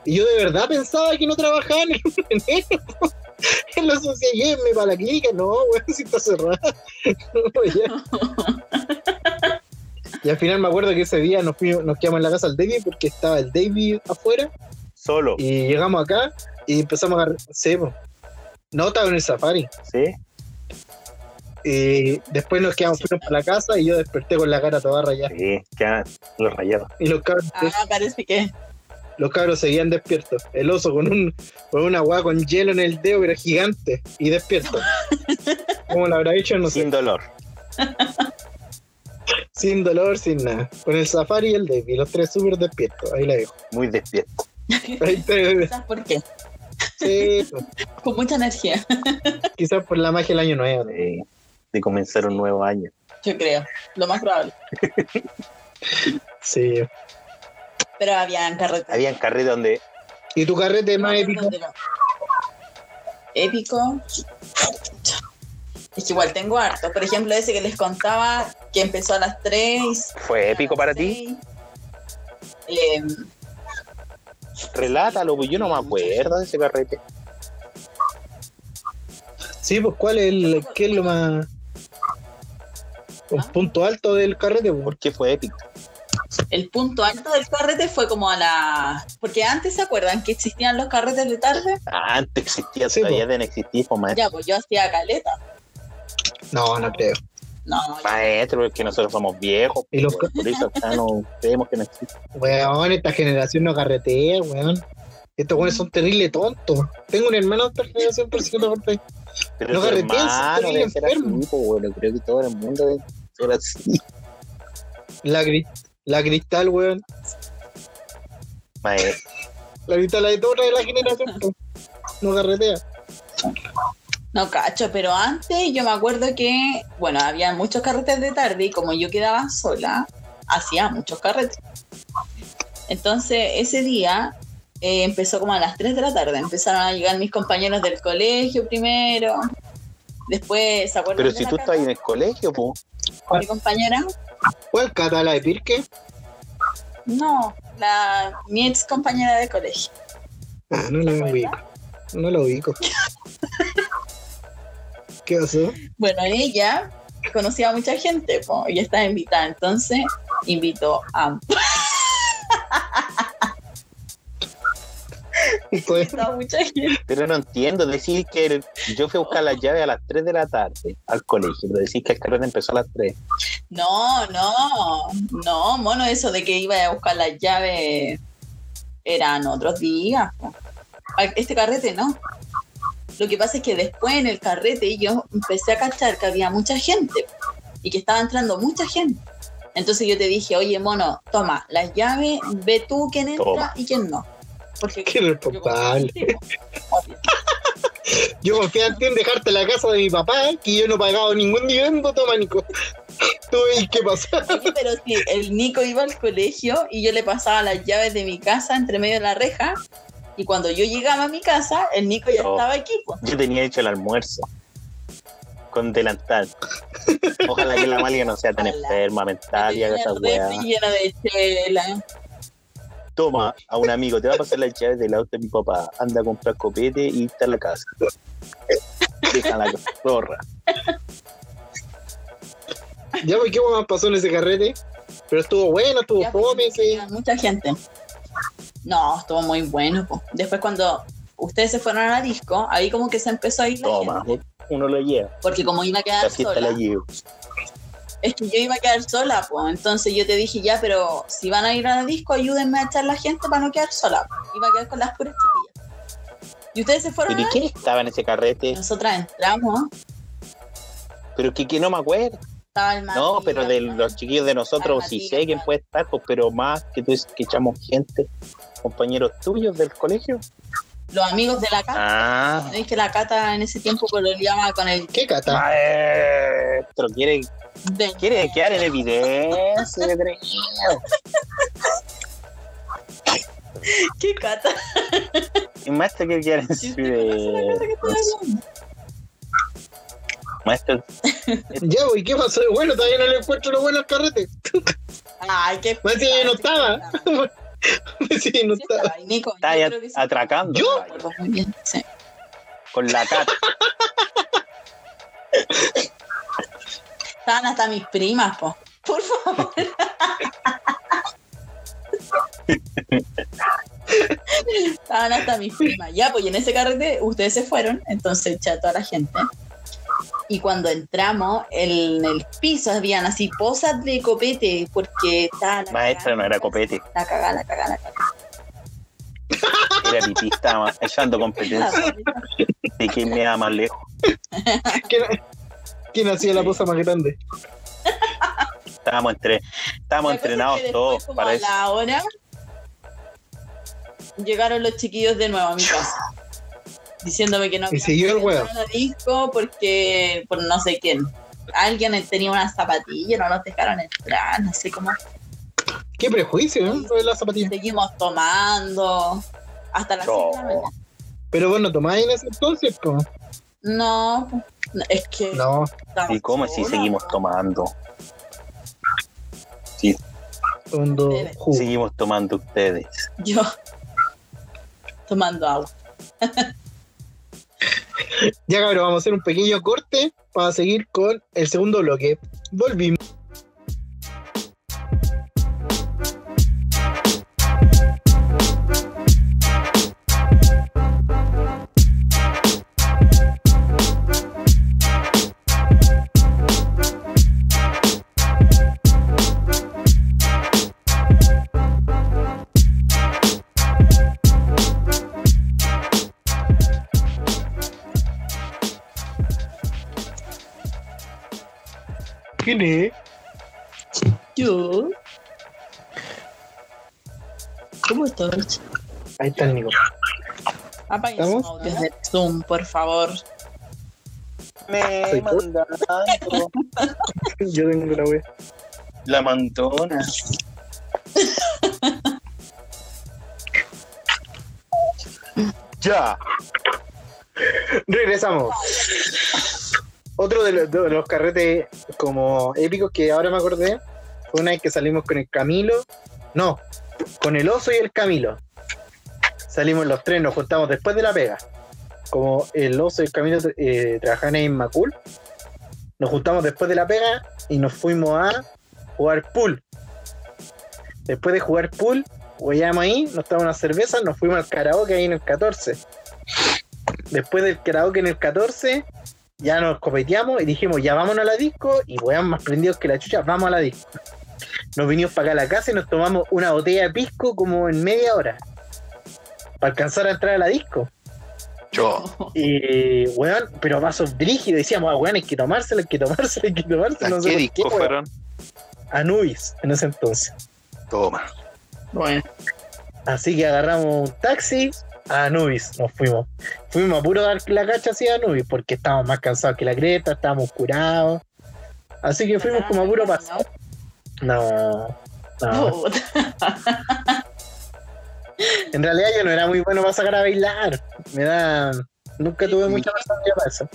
Y yo de verdad pensaba que no trabajaban en el enero. El oso decía, llévenme para la clínica. No, weón, si está cerrada. No, ya. Y al final me acuerdo que ese día nos, fuimos- nos quedamos en la casa del David porque estaba el David afuera Solo, y llegamos acá y empezamos a agarrar cebo. No estaba en el safari. ¿sí? Y después nos quedamos fuimos para la casa y yo desperté con la cara toda rayada. Sí, ya los rayados. Y los cabros, Ah, parece que. los cabros seguían despiertos. El oso con, un, con una guada con hielo en el dedo, pero gigante y despierto. Como lo habrá hecho, no sé. Sin dolor. Sin dolor, sin nada. Con el safari y el David, los tres súper despiertos. Ahí la dejo. Muy despierto. Ahí te- ¿Sabes por qué? sí, Con mucha energía, quizás por la magia del año nuevo. De, de comenzar un nuevo año. yo creo. Lo más probable. Sí. Pero habían carretes. Habían carrete donde ¿Y tu carrete más épico? Épico. Es que igual tengo harto. Por ejemplo, ese que les contaba que empezó a las 3. fue épico para ti. Eh, Relátalo, pues yo no me acuerdo de ese carrete. Sí, pues ¿cuál es el, qué es lo más un punto alto del carrete? pues? ¿Por qué fue épico? el punto alto del carrete fue como a la. Porque antes se acuerdan que existían los carretes de tarde. Ah, Antes existía, Sí, pues. todavía po. deben existir, po, maestro. Ya, pues yo hacía caleta. No, no creo. No, ya. Maestro, es que nosotros somos viejos, Y pues, los po, por eso acá no creemos que no existe. Weón, esta generación no carretea, weón. Estos güeyes son terrible tontos. Tengo un hermano de otra generación, por cierto, aparte. Pero No tu carretees, hermano estoy debe ser enfermo. así, po, weón. Creo que todo el mundo debe ser así. La, cri- la cristal, weón. Maestro. La cristal la de toda la generación. po. No carretea. No cacho, pero antes yo me acuerdo que, bueno, había muchos carretes de tarde y como yo quedaba sola, hacía muchos carretes. Entonces ese día eh, empezó como a las 3 de la tarde, empezaron a llegar mis compañeros del colegio primero, después, ¿se acuerdan? Pero de si la tú Cata, estás en el colegio, pues, po. mi compañera? ¿Cuál cata la de Pirque? No, la, mi ex compañera de colegio. Ah, no la ubico. No la ubico. ¿Qué pasó? Bueno, ella conocía a mucha gente, po, y estaba invitada, entonces invitó a Pues, a mucha gente. Pero no entiendo. Decís que el- yo fui a buscar las llaves a las 3 de la tarde al colegio. Pero decís que el carrete empezó a las 3. No, no, no, mono, eso de que iba a buscar las llaves eran otros días. po. A- Este carrete no. Lo que pasa es que después en el carrete yo empecé a cachar que había mucha gente y que estaba entrando mucha gente. Entonces yo te dije, oye, mono, toma las llaves, ve tú quién entra Toma. y quién no. Porque qué responsable. yo confío en ti, po, obvio. Yo confiaba en ti en dejarte la casa de mi papá, que yo no he pagado ningún dividendo, toma, Nico. Tú veis qué pasa. Oye, pero si el Nico iba al colegio y yo le pasaba las llaves de mi casa entre medio de la reja, y cuando yo llegaba a mi casa, el Nico ya No. estaba aquí. po. Yo tenía hecho el almuerzo. Con delantal. Ojalá que la Amalia no sea tan Ojalá. enferma mental y Tenía haga esa el refri weá. lleno de eh, chela. Toma a un amigo, te va a pasar las llaves del auto de mi papá. Anda a comprar copete y está en la casa. Deja la zorra. Ya, pues, ¿qué más pasó en ese carrete? Pero estuvo bueno, estuvo Ya, pues, fome, sí. tenía Mucha gente. No, estuvo muy bueno. po. Después cuando ustedes se fueron a la disco, ahí como que se empezó a ir la Toma. gente, Uno lo lleva. porque como iba a La quedar fiesta sola, la llevo. es que yo iba a quedar sola, po. entonces yo te dije ya, pero si van a ir a la disco, ayúdenme a echar la gente para no quedar sola. po. Iba a quedar con las puras chiquillas. Y ustedes se fueron ¿Pero a y la quién estaba en ese carrete? Nosotras entramos, Pero que, que no me acuerdo. estaba el No, Matías, pero de los chiquillos de nosotros Ah, sí Matías, sé quién claro. puede estar, pues, pero más que tú que echamos gente, compañeros tuyos del colegio. los amigos de la Cata. Ah, Es que la Cata en ese tiempo coloreaba con el ¿Qué cata? maestro, quiere, de- quiere quedar en evidencia. yo creo. ¿Qué Cata? El maestro quiere quedar en Si usted conoce la Cata que estoy evidencia. hablando. Maestro, Ya, pues, ¿qué pasó de bueno? Todavía no le encuentro lo bueno al carrete. Ay, qué Más si yo no estaba. Sí sí, no estaba. estaba, y Nico, yo está ahí creo que sí. atracando ¿Yo? Me acuerdo muy bien, sí. con la cata. Estaban hasta mis primas, po. Por favor. Estaban hasta mis primas. Ya, pues y en ese carrete ustedes se fueron, entonces eché a toda la gente. Y cuando entramos, en el piso habían así posas de copete, porque estaban. la Maestra, cagada, no era copete, La cagada, la cagada, la cagada. era pipista, ma- echando competencia de quién me da más lejos. ¿Quién, quién hacía la posa más grande? Estábamos, entre, estábamos La cosa es entrenados que después, todos como para a eso. la hora llegaron los chiquillos de nuevo a mi casa diciéndome que no Y habían siguió el entrado huevo. a la disco porque por no sé quién alguien tenía una zapatilla no nos dejaron entrar no sé cómo Qué prejuicio, ¿eh? ¿no? Lo de las zapatillas. seguimos tomando hasta las No. seis de la mañana Pero bueno, tomáis en ese entonces, po. no pues, no, es que No. ¿Y cómo si seguimos tomando? Si Cuando ju- seguimos tomando ustedes. tomando yo tomando agua Ya, cabrón, vamos a hacer un pequeño corte para seguir con el segundo bloque. Volvimos. ¿Quién es? Yo. ¿Cómo estás? Ahí está el Nico. Apaguen sus ¿Estamos? audios de Zoom, por favor. Me Soy yo. mandando Yo tengo la wea. la mantona. ya. Regresamos. Otro de los, de los carretes como épicos que ahora me acordé fue una vez que salimos con el Camilo. No, con el oso y el Camilo. Salimos los tres, nos juntamos después de la pega. Como el oso y el Camilo eh, trabajaban en Macul, nos juntamos después de la pega y nos fuimos a jugar pool. Después de jugar pool, huellamos ahí, nos tomamos una cerveza, nos fuimos al karaoke ahí en el 14 después del karaoke en el 14, ya nos copeteamos y dijimos, ya vámonos a la disco, y weón, más prendidos que la chucha, vamos a la disco. Nos vinimos para acá a la casa y nos tomamos una botella de pisco como en media hora. Para alcanzar a entrar a la disco. Yo. Y, weón, pero vasos brígidos. Decíamos, ah, weón, hay que tomárselo, hay que tomárselo, hay que tomárselo. ¿A No sé qué por disco qué, weón. fueron? Anubis, en ese entonces. Toma. Bueno, Así que agarramos un taxi a Anubis, nos fuimos. Fuimos a puro dar la cacha así a Anubis, porque estábamos más cansados que la creta, estábamos curados. Así que fuimos como a puro Ah. paso. No, no. Puta. En realidad yo no era muy bueno para sacar a bailar. Me da. Nunca tuve Mi- mucha personalidad para eso.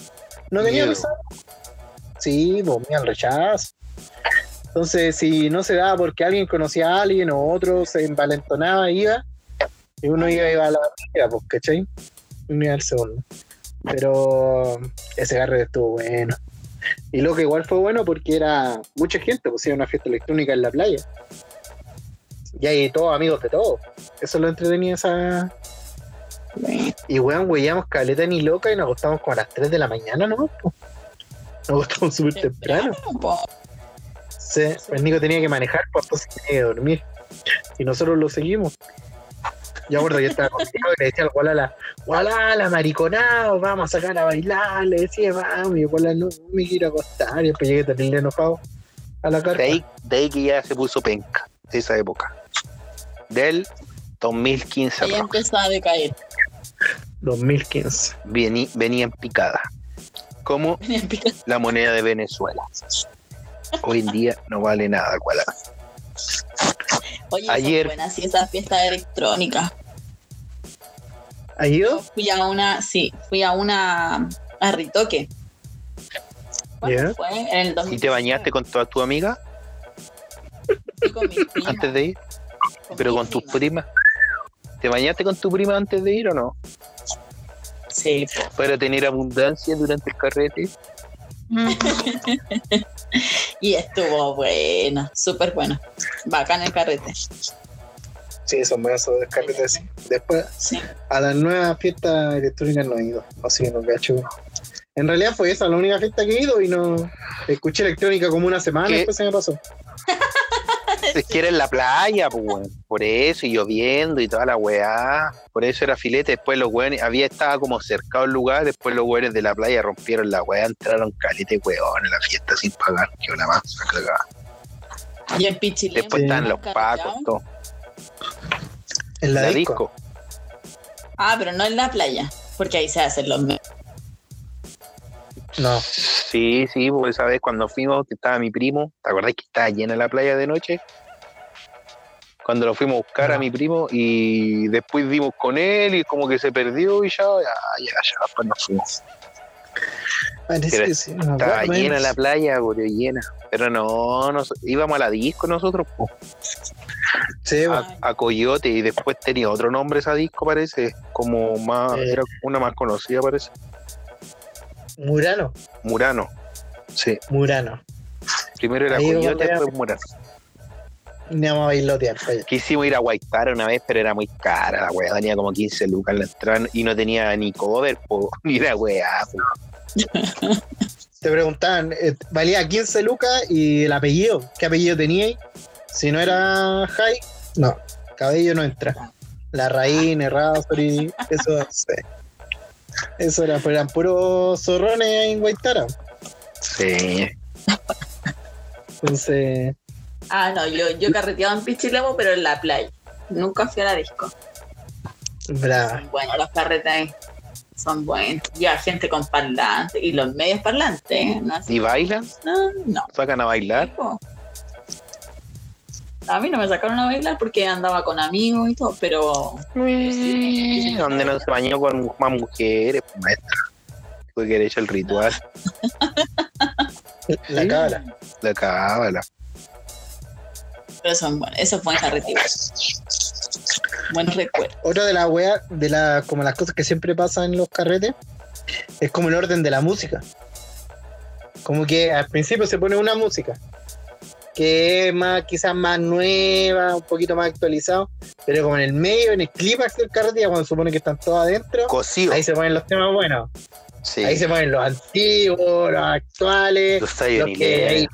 No tenía Miedo. personalidad. Sí, pues mira el rechazo. Entonces, si no se daba porque alguien conocía a alguien o otro se envalentonaba, iba. Y uno iba, iba a la primera, pues, ¿cachai? Uno iba al segundo. Pero ese garre estuvo bueno. Y lo que igual fue bueno porque era mucha gente, pues era una fiesta electrónica en la playa. Y hay todos amigos de todos. Eso lo entretenía esa. Y weón, weyamos caleta ni loca y nos acostamos como a las 3 de la mañana nomás. po. Nos acostamos súper temprano. po. Sí, el Nico tenía que manejar, pues entonces tenía que dormir. Y nosotros lo seguimos. Yo me acuerdo, yo estaba contigo y le decía al Walala, Walala, mariconado, vamos a sacar a bailar. Le decía, vamos, y el Walala, no me quiero acostar. Y después llegué terrible enojado a la carpa. De ahí, de ahí que ya se puso penca, de esa época. Del 2015. Ahí aprox. empezó a decaer. 2015. Vení- venía en picada. Como Venía en pica- la moneda de Venezuela. Hoy en día no vale nada, cual. Oye, son Ayer- buenas sí, esas fiestas electrónicas. ¿Has ido? Yo fui a una, sí, fui a una a Ritoque. ¿Cuándo Ya. fue? En el 2000. ¿Y te bañaste con todas tus amigas con mis primas, antes de ir? con ¿Pero mis con tus primas. primas? ¿Te bañaste con tu prima antes de ir o no? Sí, po. Para tener abundancia durante el carrete. y estuvo buena, súper buena. Bacán el carrete. Sí, son buenas esos carretes. Después, Sí. a las nuevas fiestas electrónicas no he ido, así que no cacho. En realidad fue esa la única fiesta que he ido y no escuché electrónica como una semana, ¿Qué? después se me pasó. Es que era en la playa, pues, weón. por eso, y lloviendo y toda la weá. Por eso era filete. Después los weones, había estaba como cercado el lugar. Después los weones de la playa rompieron la weá, entraron calete weón en la fiesta sin pagar. Que una más cagada. Y en Pichilemu. Después Sí. están los pacos, todo. En la, disco. Ah, pero no en la playa, porque ahí se hacen los memes. No. Sí, sí, porque esa vez cuando fuimos, que estaba mi primo, ¿te acordás que estaba llena la playa de noche? Cuando lo fuimos a buscar a mi primo y después dimos con él y como que se perdió y ya, ya, ya, ya, después nos fuimos. Parece Pero que Ah, sí. no, Estaba bueno, llena menos. la playa, boludo, llena. Pero no, nos, íbamos a la disco nosotros, po, Sí, bueno. a, a Coyote, y después tenía otro nombre esa disco, parece. Como más, Eh. era una más conocida, parece. Ah. Murano. Murano. Sí, Murano. primero era Ahí iba Coyote, para allá. después Murano. Ni vamos a bailotear. para allá. Quisimos ir a Guaitara una vez, pero era muy cara la weá. Tenía como 15 lucas en la entrada y no tenía ni cover, po, ni la weá. po. Te preguntaban, eh, valía 15 lucas y el apellido. ¿Qué apellido teníais? Si no era Jai, no. Cabello no entra. La raíz, Rasori, eso. sí. Eso era, pero eran puros zorrones ahí en Guaitara. Sí. Entonces, Ah, no, yo, yo carreteaba en Pichilemo, pero en la playa. Nunca fui a la disco. Ah. brava. Son buenos los carretes ahí. Son buenos. Lleva gente con parlantes y los medios parlantes. ¿eh? No, ¿Y bailan? no, no. ¿Sacan a bailar? po. A mí no me sacaron a bailar porque andaba con amigos y todo, pero Mm. Donde no se bañó con más mujeres, pues, maestra. Fue que era hecho el ritual, La cabra. la cábala. Pero son buenos, esos buenos carreteos. Buenos recuerdos. Otra de las weas, de la, como las cosas que siempre pasan en los carretes, es como el orden de la música. Como que al principio se pone una música que es más, quizás más nueva, un poquito más actualizado, pero como en el medio, en el clímax del carrete, ya cuando supone que están todos adentro, Cocido. ahí se ponen los temas buenos. Sí. Ahí se ponen los antiguos, los actuales, Los tallos los que hay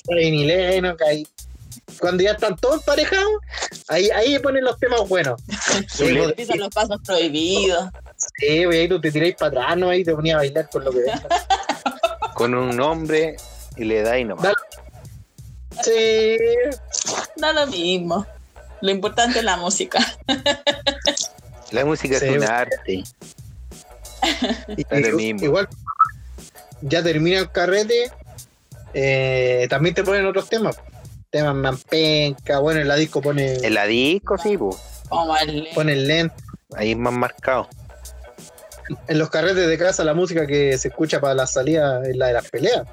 Stein y Lennox, ahí. Cuando ya están todos parejados, ahí, ahí ponen los temas buenos. Sí, Zuleta. Empiezan los pasos prohibidos. Sí, güey, ahí tú te tiráis para atrás, ¿no? Ahí te ponías a bailar con lo que ves. con un nombre y le da y nomás. Da- Sí, Da lo mismo. Lo importante es la música. La música Sí. es un arte. y- Da lo mismo. igual ya termina el carrete, eh, también te ponen otros temas. Temas mampenca, bueno, en la disco pone, En la disco, sí, po. Como el- pone el lento. ahí es más marcado. En los carretes de casa la música que se escucha para la salida es la de las peleas.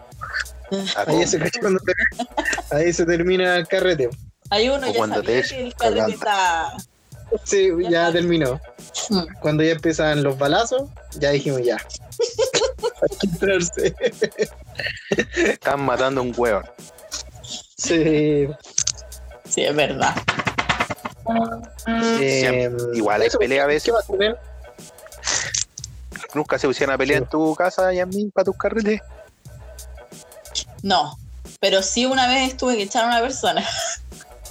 A Ahí como- se, cacha cuando te- ahí se termina el carrete. Hay uno O ya cuando sabía te que el carrete está. Sí, ya terminó. Mm. Cuando ya empiezan los balazos, ya dijimos ya. Hay que entrarse. Están matando un hueón. Sí. Sí, es verdad. Eh, Igual hay eso, pelea a ¿Qué veces. va a tener? Nunca se pusieron a pelear en tu casa, Yasmin, para tus carretes. No. Pero sí una vez tuve que echar a una persona.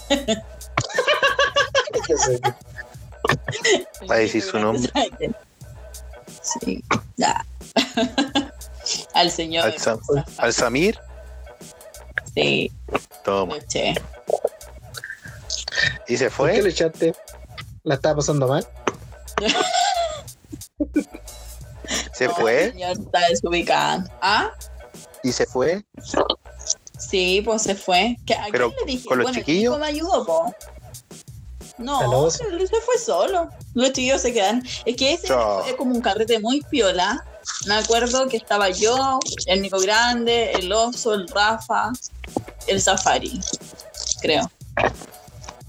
¿Qué sé? Va a decir su nombre. Sí, ya. Al señor. Al, Sam- al Samir, Sí, toma. lo eché. Y se ¿Por qué le fue. echaste? ¿La estaba pasando mal? Se No, El fue. señor está desubicado. Ah, Y se fue. sí, pues se fue. ¿Qué- a Pero, quién le dije? ¿con los Bueno, el chiquillos? chico me ayudó, po. ¿A No, los? él se fue solo. Los chiquillos se quedan. Es que ese Chao. fue como un carrete muy piola. Me acuerdo que estaba yo, el Nico Grande, el Oso, el Rafa, el Safari, creo.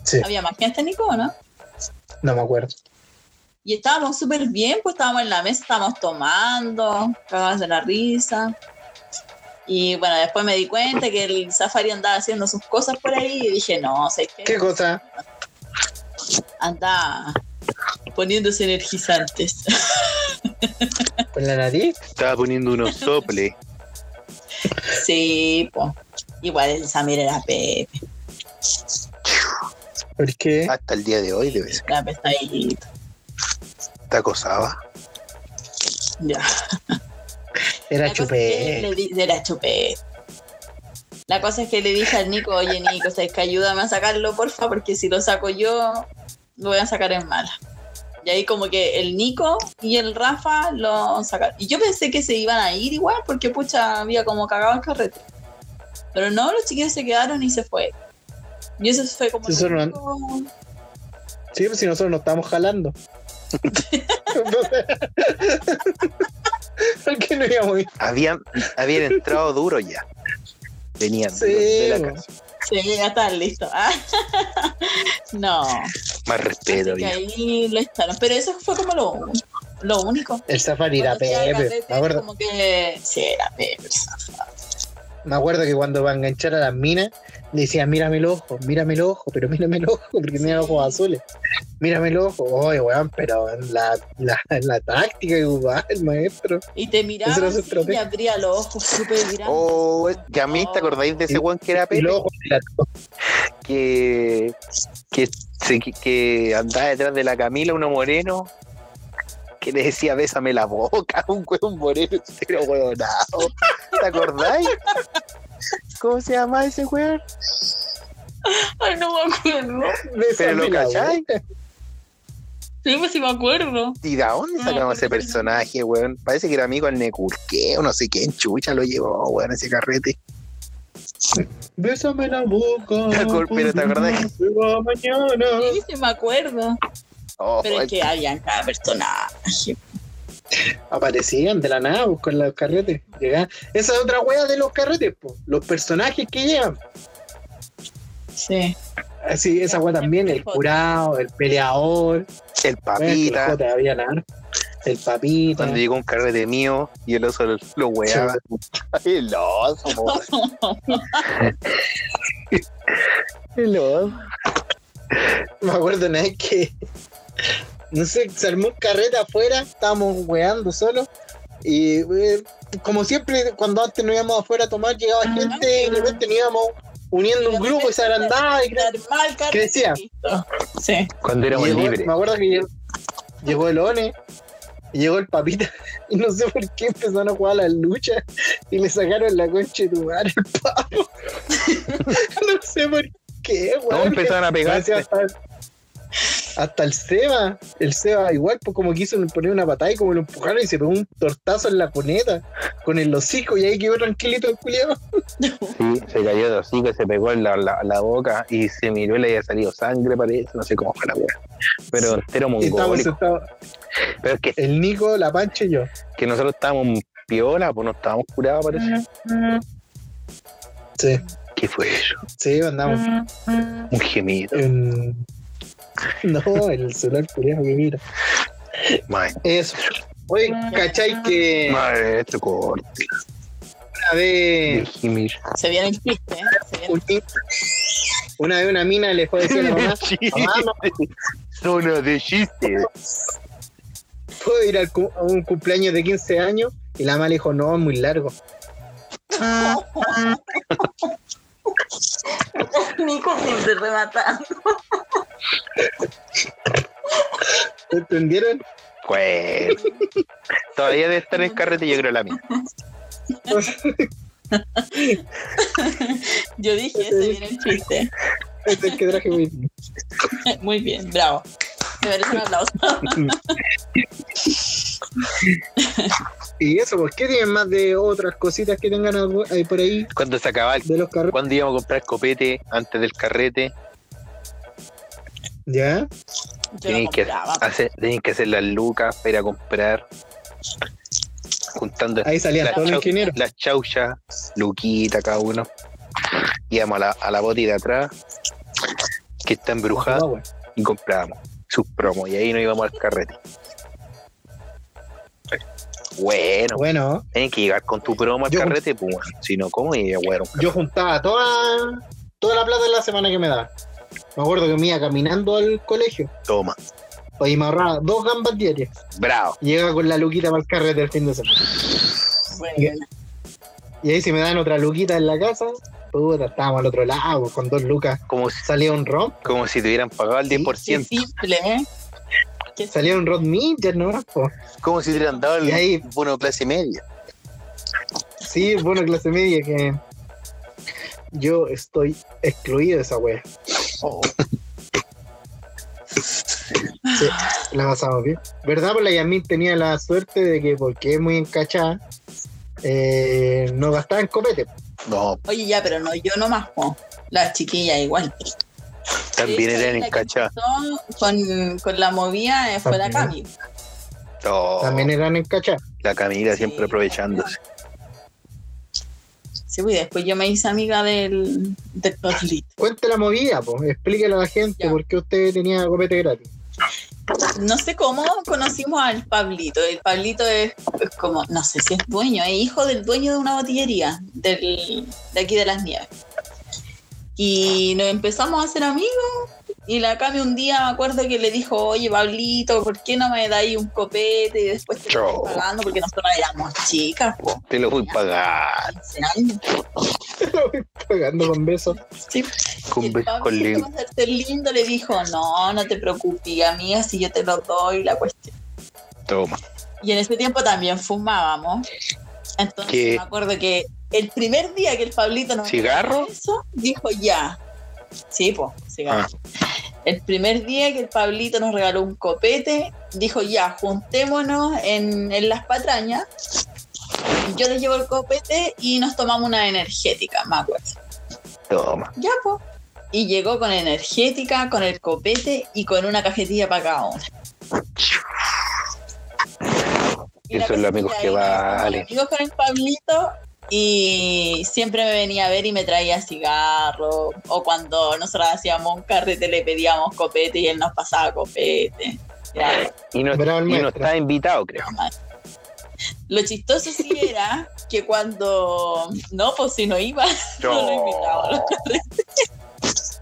Sí, Había más gente, Nico, ¿no? no me acuerdo. Y estábamos súper bien, pues estábamos en la mesa, estábamos tomando, cagadas de la risa. Y bueno, después me di cuenta que el Safari andaba haciendo sus cosas por ahí y dije, no, sé qué, ¿Qué cosa? anda poniéndose energizantes. ¿Con la nariz? Estaba poniendo unos soples. sí, pues. Igual el Samir era Pepe, ¿Por qué? Hasta el día de hoy debe ser. era pesadito. Te acosaba. Ya. Era La cosa es que chupé. le di- Era chupé. La cosa es que le dije al Nico, oye Nico, ¿sabes que ayúdame a sacarlo, porfa? Porque si lo saco yo, lo voy a sacar en mala. Y ahí como que el Nico y el Rafa lo sacaron. Y yo pensé que se iban a ir igual, porque pucha, había como cagado el carrete. Pero no, los chiquillos se quedaron y se fue. Y eso fue como... Sí, lo son- único- Sí, pues si nosotros nos estábamos jalando. ¿Por qué no íbamos a ir? Habían, habían entrado duro ya. Venían Sí, duros de la bo. casa. Sí, ya están listos. Ah, no. Más respeto, Así que había. ahí lo echaron. Pero eso fue como lo, lo único. El safari era Cuando ya el Pepe. carrete, Me acuerdo, Como que sí, era Pepe. me acuerdo que cuando va a enganchar a las minas, le decía, mírame el ojo, mírame el ojo, pero mírame el ojo, porque tenía Sí. ojos azules. Mírame el ojo. Oye, weón, pero la, la, la táctica que ocupaba el maestro. Y te miraba Esa era su así y estrategia. abría los ojos súper grandes. Oh, que a mí te acordáis de ese weón que era Y Pepe, los ojos de la que, que, se- que- que andaba detrás de la Camila, uno moreno, que le decía bésame la boca, un weón moreno, pero weonado. ¿Te acordáis? ¿Cómo se llama ese weón? Ay, no me acuerdo. Pero lo cachai. Sí, pues sí me acuerdo. ¿Y de dónde sacamos ese personaje, weón? Parece que era amigo del Necurque o no sé quién chucha lo llevó, weón, ese carrete. Bésame la boca. Te acuer- pero te acordás que- se va mañana. Sí, sí me acuerdo. Oh, Pero ay, es que habían cada personaje. Aparecían de la nada pues, con los carretes. Llegaban. Esa es otra wea de los carretes, po. los personajes que llegan. Sí. Así, esa wea también, el curado, el peleador. el Bueno, que los papita. jotas habían harto. El papita. Cuando llegó un carrete mío y el oso lo, lo weaba. Ay, el oso, po. El oso. Me acuerdo una vez que. No sé, se armó un carrete afuera, estábamos weando solo. Y eh, como siempre, cuando antes nos íbamos afuera a tomar, llegaba gente y de repente nos íbamos uniendo un grupo y se agrandaba y cre- Normal, Carlos. crecía. Sí. Cuando éramos Llegó- libres. Me acuerdo que llegó, llegó el One, y llegó el Papita, y no sé por qué empezaron a jugar a la lucha y le sacaron la concha de tu madre al pavo. no sé por qué, No, weón. empezaron a pegarse. Hasta, hasta el Seba, el Seba igual, pues como quiso poner una patada y como lo empujaron y se pegó un tortazo en la cuneta con el hocico y ahí quedó tranquilito el culiado. Sí, se cayó de hocico, se pegó en la, la, la boca y se miró y le había salido sangre, parece. No sé cómo fue la wea. Pero entero Y estábamos mongólico. sentados, Pero es que, el Nico, la Pancha y yo. que nosotros estábamos piola, pues no estábamos curados, parece. Sí, ¿Qué fue eso? sí, andamos. Un gemido. Eh. En- No, el celular culiado que mira. Madre, Eso. Oye, ¿cachai que una madre, esto corta. El vez gemir. Se viene el chiste. ¿eh? Se viene un- una vez una mina le fue a decir a la mamá, mamá, no Zona de chistes. puedo ir al cu- a un cumpleaños de 15 años? Y la mamá le dijo, no, es muy largo. el Nico se remata. ¿Entendieron? Pues. Todavía debe estar en carrete, yo creo la mía. Yo dije, se viene el chiste. Este es el que traje mi... Muy bien, bravo. Se merece un aplauso. Y eso, ¿por qué tienen más de otras cositas que tengan algo- ahí por ahí Cuando se acababa el. de los carros? Cuando íbamos a comprar copete antes del carrete, ¿Ya? Yo lo tenías que, compraba. hacer, tenías que hacer las lucas para ir a comprar. Juntando Ahí salían las todos los chau- ingenieros. las chauchas, luquita cada uno. Íbamos a la, a la boti de atrás, que está embrujada, No, güey. y comprábamos sus promos. Y ahí nos íbamos al carrete. Bueno, Bueno, Tienes que llegar con tu promo al Yo- carrete, pues, weón. Si no, ¿cómo iba a wear un carrete? yo juntaba toda, toda la plata de la semana que me daba. Me acuerdo que me iba caminando al colegio. Toma. Oye, me ahorraba dos gambas diarias. Bravo. Llegaba con la luquita para el carrete el fin de semana. Bueno, Y ahí si me dan otra luquita en la casa, puta, estábamos al otro lado, con dos lucas. Como si, Salía un rom, como si te hubieran pagado el Sí, 10%. qué simple, ¿eh? Qué salía un rom ninja, ¿no? Oh, Po. Como si te hubieran dado el Y ahí- bono de clase media. Sí, bueno, clase media que yo estoy excluido de esa wea. Oh, La pasamos bien. ¿Verdad? Pues la Yasmin tenía la suerte de que porque es muy encachada, eh, no gastaba en copete. no, Oye, ya, pero no, yo no más. po. La chiquilla igual. también Esa eran es la que encachadas. empezó Con, con la movida eh, fue la Cami. También. oh, No, También eran encachadas. la Camila Sí, siempre aprovechándose. Sí, pues, y después yo me hice amiga del, del Carlito. Cuente la movida, pues. Explíquele a la gente Ya. por qué usted tenía copete gratis. No sé cómo conocimos al Pablito. El Pablito es, es como, no sé si es dueño, es hijo del dueño de una botillería del- de aquí de las nieves. Y nos empezamos a hacer amigos. Y la Cami un día me acuerdo que le dijo, oye Pablito, ¿por qué no me dais un copete? Y después te lo Chao. estoy pagando porque nosotros éramos chicas, po, Te lo fui a pagar 15 años. Pagando con besos. Sí, Y con, el be- Pablo, con que Leo. va a ser lindo, le dijo, no, no te preocupes, amiga, si yo te lo doy, la cuestión. Toma. Y en ese tiempo también fumábamos. Entonces ¿Qué? me acuerdo que el primer día que el Pablito nos ¿Cigarro? dijo eso, dijo ya. Sí, po, cigarro. El primer día que el Pablito nos regaló un copete, dijo ya, juntémonos en, en las patrañas. Yo les llevo el copete y nos tomamos una energética, me acuerdo. Toma. Ya, po. Y llegó con energética, con el copete y con una cajetilla para cada una. Y la Esos son los amigos cajetilla que ahí, valen. amigos con el Pablito y siempre me venía a ver y me traía cigarro. O cuando nosotros hacíamos un carrete le pedíamos copete y él nos pasaba copete. Era Y no, Bravo, y no maestro. está invitado, creo. Lo chistoso sí era que cuando. No, pues si no iba, no, lo invitaba. De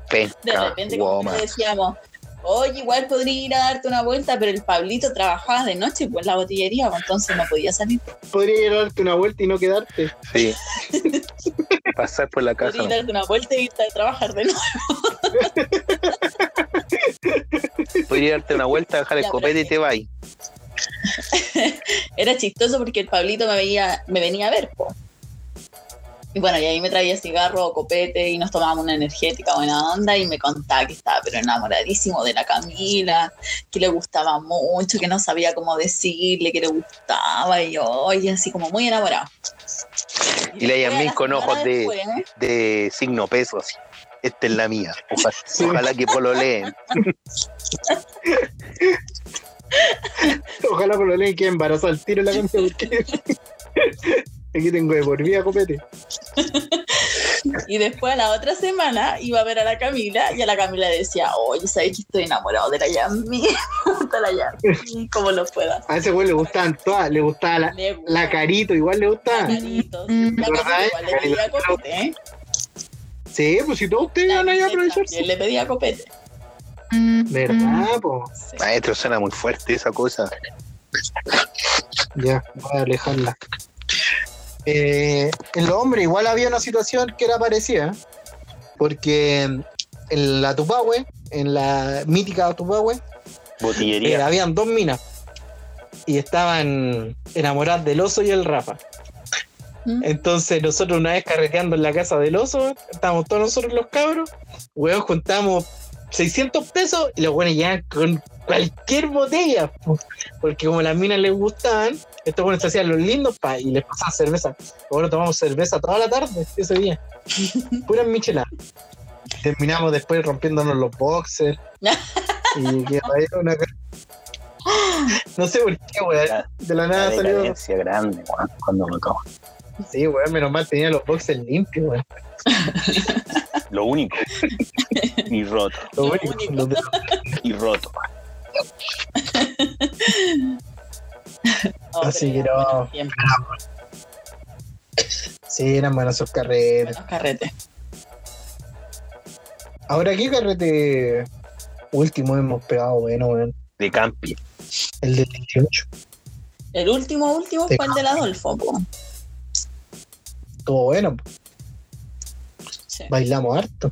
Penca, repente, como que woman. le decíamos, oye, igual podría ir a darte una vuelta, pero el Pablito trabajaba de noche pues, en la botillería, pues, entonces no podía salir. Podría ir a darte una vuelta y no quedarte. Sí. Pasar por la casa. Podría ir a darte una vuelta y irte a trabajar de noche. Podría darte una vuelta, dejar el Ya, copete y pero- te va ahí. Era chistoso porque el Pablito me venía, me venía a ver, po. Y bueno, y ahí me traía cigarro o copete y nos tomábamos una energética buena onda y me contaba que estaba pero enamoradísimo de la Camila, que le gustaba mucho, que no sabía cómo decirle que le gustaba y yo, oye, así como muy enamorado. Y la después, Yasmín a con semana ojos de- después, De signo peso, así. Esta es la mía. Ojalá, ojalá que pololeen. Ojalá por lo ley quede embarazado al tiro la gente porque aquí tengo de por vida copete. Y después a la otra semana iba a ver a la Camila y a la Camila decía, oye, ¿sabes que estoy enamorado de la Yasmín? Me gusta la Yasmín, como lo puedas. A ese güey le gustaban todas, le gustaba la, Le gusta la carito, igual le la gustaba. Caritos. Mm. La Carito igual le pedía Carito. copete, ¿eh? Sí, pues si todos ustedes La van ahí a Giselle aprovecharse. también le pedía copete. 嗯 Mm. ¿Verdad, po? Sí. Maestro, suena muy fuerte esa cosa. Ya, voy a alejarla. Eh, en los hombres igual había una situación que era parecida, porque en la Tupahue, en la mítica Tupahue, eh, Botillería. habían dos minas y estaban enamoradas del oso y el Rafa. Mm. Entonces nosotros una vez carreteando en la casa del oso, estábamos todos nosotros los cabros, weón, juntamos 600 pesos y los buenos llegaban con cualquier botella, po. porque como las minas les gustaban, estos buenos se hacían los lindos pa, y les pasaban cerveza. Bueno, tomamos cerveza toda la tarde ese día, puras micheladas. Terminamos después rompiéndonos los boxers. y que era una cosa- No sé por qué, weón. La- De la Una nada salió. decadencia grande, weón, cuando me acabo. Sí, weón, menos mal tenía los boxers limpios, weón. Lo único. Y roto. Lo Lo único, único. los de- Y roto. Oh, Así pero que no. buenos tiempos, Sí, eran buenos sus carreras. buenos carretes. Ahora, ¿qué carrete último hemos pegado, bueno, weón? De campi. El del 28. El último, último fue el del Adolfo. po. Estuvo bueno, Sí. bailamos harto.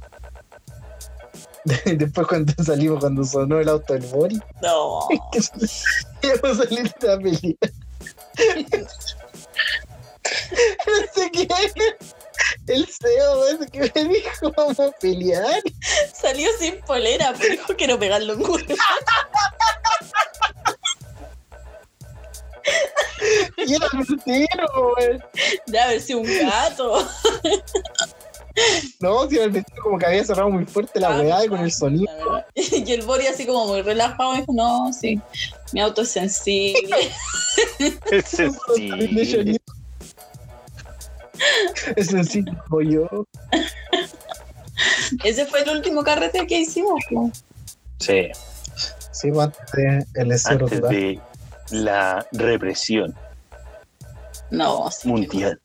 Después cuando salimos, cuando sonó el auto del Bori, No. que íbamos a salir de la pelea. no sé qué. El CEO, weón, que me dijo, vamos a pelear. Salió sin polera, pero dijo quiero pegarle un culo. Y era mentira, weón. De haber sido un gato. No, si era el vecino como que había cerrado muy fuerte la Ah, weá y con el sonido. La verdad. Y el Bori así como muy relajado dijo, no, sí, mi auto es sensible. Es sencillo. Es sencillo como yo. Ese fue el último carrete que hicimos. po. Sí. Sí, pues, antes de el escero ¿ah? Antes total. de la represión No, sí. mundial.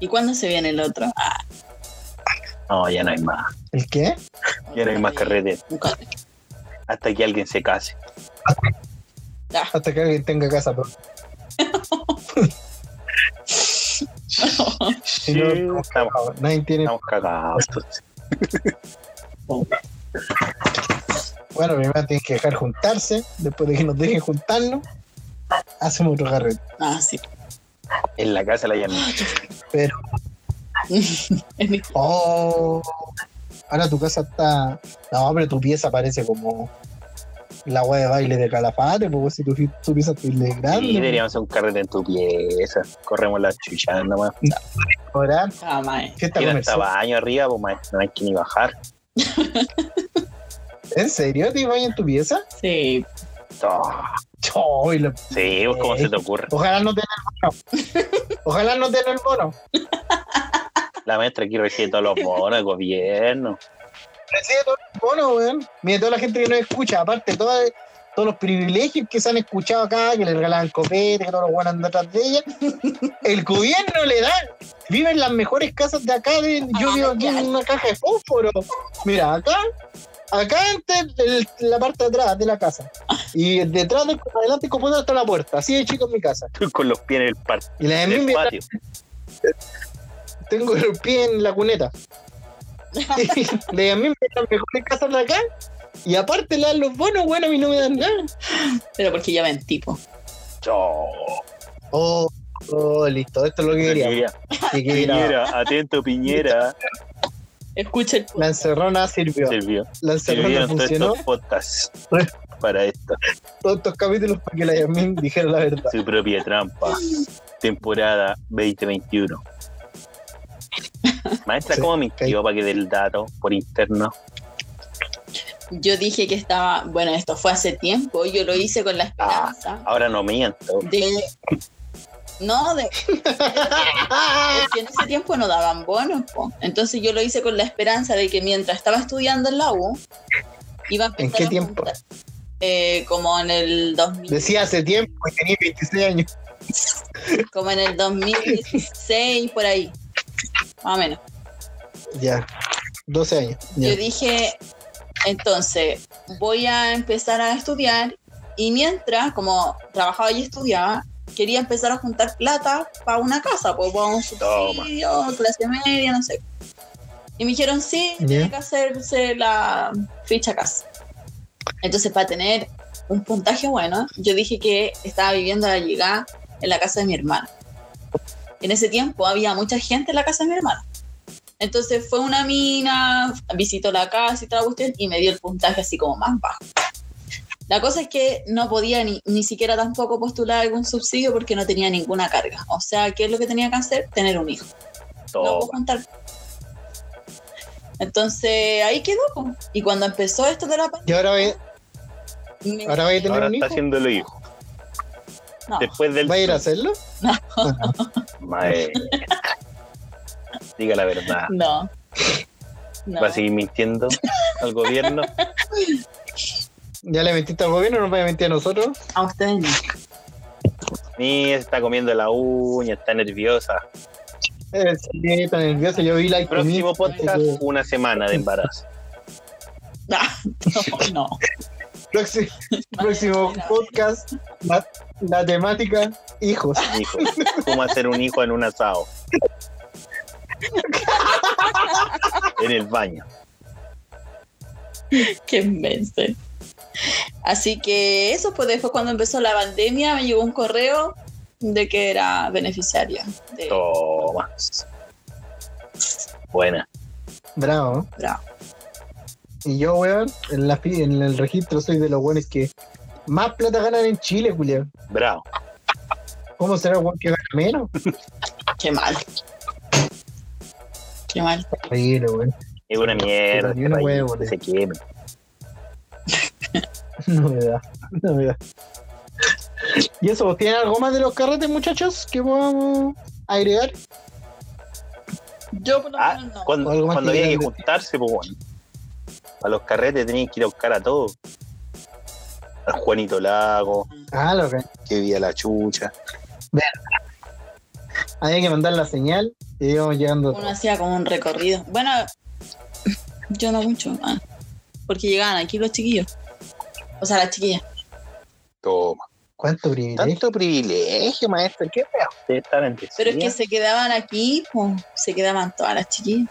¿Y cuándo se viene el otro? Ah, No, ya no hay más. ¿El qué? Ya no hay más carrete. Un carrete. Hasta que alguien se case. Ya. Hasta que alguien tenga casa pero Sí, no, no. estamos, Nadie tiene. estamos cagados. Bueno, primero tienen que dejar juntarse. Después de que nos dejen juntarnos, hacemos otro carrete. Ah, sí. En la casa la llamé. Pero. Es mi- Oh. Ahora tu casa está. No, pero tu pieza parece como. La wea de baile de Calafate, porque si tu, tu pieza es grande. Y deberíamos hacer un carrete en tu pieza. Corremos la chucha nomás. ahora, Ah, mae. Fiesta Tiene hasta comercial. baño arriba, pues maestro, no hay que ni bajar. ¿En serio te baño en tu pieza? Sí. Oh, Choo, y lo- sí, pues cómo Eh. se te ocurre. Ojalá no tenga el bono. Ojalá no tenga el bono. La maestra aquí recibe todos los bonos del gobierno. Recibe todo el bono, weón. Mira, toda la gente que nos escucha, aparte, toda- todos los privilegios que se han escuchado acá, que le regalaban copete, que todos los buenos andan atrás de ella. El gobierno le da. Vive en las mejores casas de acá. de- yo vivo aquí en una caja de fósforo. Mira, acá. Acá antes, el- la parte de atrás de la casa. Y detrás, del- adelante, como hasta la puerta. Así de chico en mi casa. Estoy con los pies en el, par- Y la de en mí el me patio. tengo el pie en la cuneta. de a mí me dan mejor casa de acá. Y aparte le dan los bonos, bueno, a mí no me dan nada. Pero porque ya ven tipo. Oh, Oh, oh, listo, esto es lo que quería. Piñera, Que quería. Piñera, atento Piñera. Escucha el La encerrona sirvió. Sirvió. La encerrona Sirvieron todos funcionó. estos podcasts para esto. Todos estos capítulos para que la Yasmin dijera la verdad. Su propia trampa. Temporada 2021. Maestra, Sí, ¿cómo mintió para que dé el dato por interno? Yo dije que estaba, bueno, esto fue hace tiempo, yo lo hice con la esperanza Ahora no miento. de... No, de... es que en ese tiempo no daban bonos, po. entonces yo lo hice con la esperanza de que mientras estaba estudiando en la U, iba a empezar ¿En qué a tiempo? juntar. Eh, como en el 2000, Decía hace tiempo y tenía 26 años. como en el 2016 por ahí, más o menos. Ya. 12 años. Ya. Yo dije, entonces, voy a empezar a estudiar y mientras, como trabajaba y estudiaba, quería empezar a juntar plata para una casa, pues para un subsidio, clase media, no sé. Y me dijeron, sí, Ya. tiene que hacerse la ficha casa. Entonces, para tener un puntaje bueno, yo dije que estaba viviendo a la llegada en la casa de mi hermana. En ese tiempo había mucha gente en la casa de mi hermana. Entonces fue una mina, visitó la casa y toda la cuestión y me dio el puntaje así como más bajo. La cosa es que no podía ni, ni siquiera tampoco postular algún subsidio porque no tenía ninguna carga. O sea, ¿qué es lo que tenía que hacer? Tener un hijo. No pues, puedo Toma. contar. Entonces ahí quedó. po. Y cuando empezó esto de la Y ahora voy, pandemia, ahora voy a tener Ahora un está hijo. haciéndolo hijo. no, Después del. ¿Va a ir a hacerlo? Maestra. Diga la verdad. no. No. ¿Va a seguir mintiendo al gobierno? ¿Ya le mentiste al gobierno? ¿No me mentir a nosotros? A ustedes no. Ni está comiendo la uña, está nerviosa. Eh, sí, tan nervioso. Yo vi la Próximo podcast, una semana de embarazo. Ah, No. Próximo, próximo podcast, la, la temática hijos. Hijo, ¿cómo hacer un hijo en un asado? En el baño. Qué inmenso. Así que eso, pues después cuando empezó la pandemia me llegó un correo de que era beneficiaria. De, Toma. Buena. Bravo. Bravo. Y yo, weón, en, la, fi- en el registro soy de los buenos que más plata ganan en Chile, Julián. Bravo. ¿Cómo será el weón que gana menos? Qué mal. Qué mal. Terrible, weón. Es una mierda. Ni una este país, huevo, que se queme. No me da, no me da. ¿Y eso? ¿Tienen algo más de los carretes, muchachos? ¿Que podamos agregar? Yo por lo Ah, menos no. cuando, Algo más cuando que había que grande. juntarse, pues bueno. A los carretes tenían que ir a buscar a todos. A Juanito Lago, Ah, lo que. que vía la chucha. Había que mandar la señal y íbamos llegando. Uno hacía como un recorrido. Bueno, yo no mucho, ah, porque llegaban aquí los chiquillos. O sea, las chiquillas. Toma. ¿Cuánto privilegio? Tanto privilegio, maestro. ¿Qué fea usted está bendecida. Pero es que se quedaban aquí, pues, se quedaban todas las chiquillas.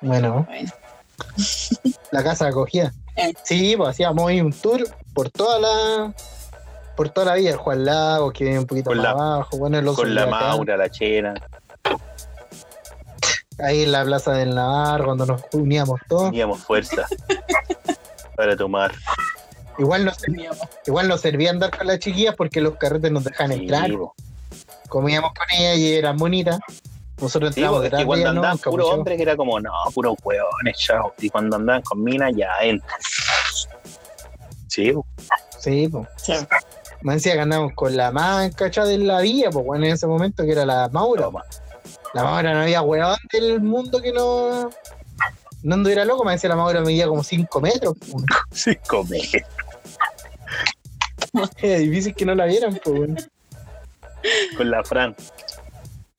Bueno, Bueno, la casa acogida. Eh. Sí, pues hacíamos ahí un tour por toda la por toda la vida, el Juan Lago, que viene un poquito Con más la- abajo, bueno, el oso Con la de acá, Maura, la Chena. ahí en la Plaza del Navarro, cuando nos uníamos todos. Teníamos fuerza para tomar. Igual nos, igual nos servía andar con las chiquillas porque los carretes nos dejaban Sí, entrar, po. comíamos con ellas y eran bonitas. Nosotros Sí, entramos po, es detrás que de cuando ellas, andaban nunca, puro pues, hombre, que era como, no, puros hueones, chao. Y cuando andaban con minas, ya entran. Sí, po. yo- Sí, pues. Sí. Me decía que andábamos con la más cachada de la villa, pues bueno, en ese momento que era la Maura. Toma. La Maura no había huevón del mundo que no. No anduviera loco, me decía la Maura medía como 5 metros. pues. Sí, come. Era difícil que no la vieran, pues bueno. Con la Fran.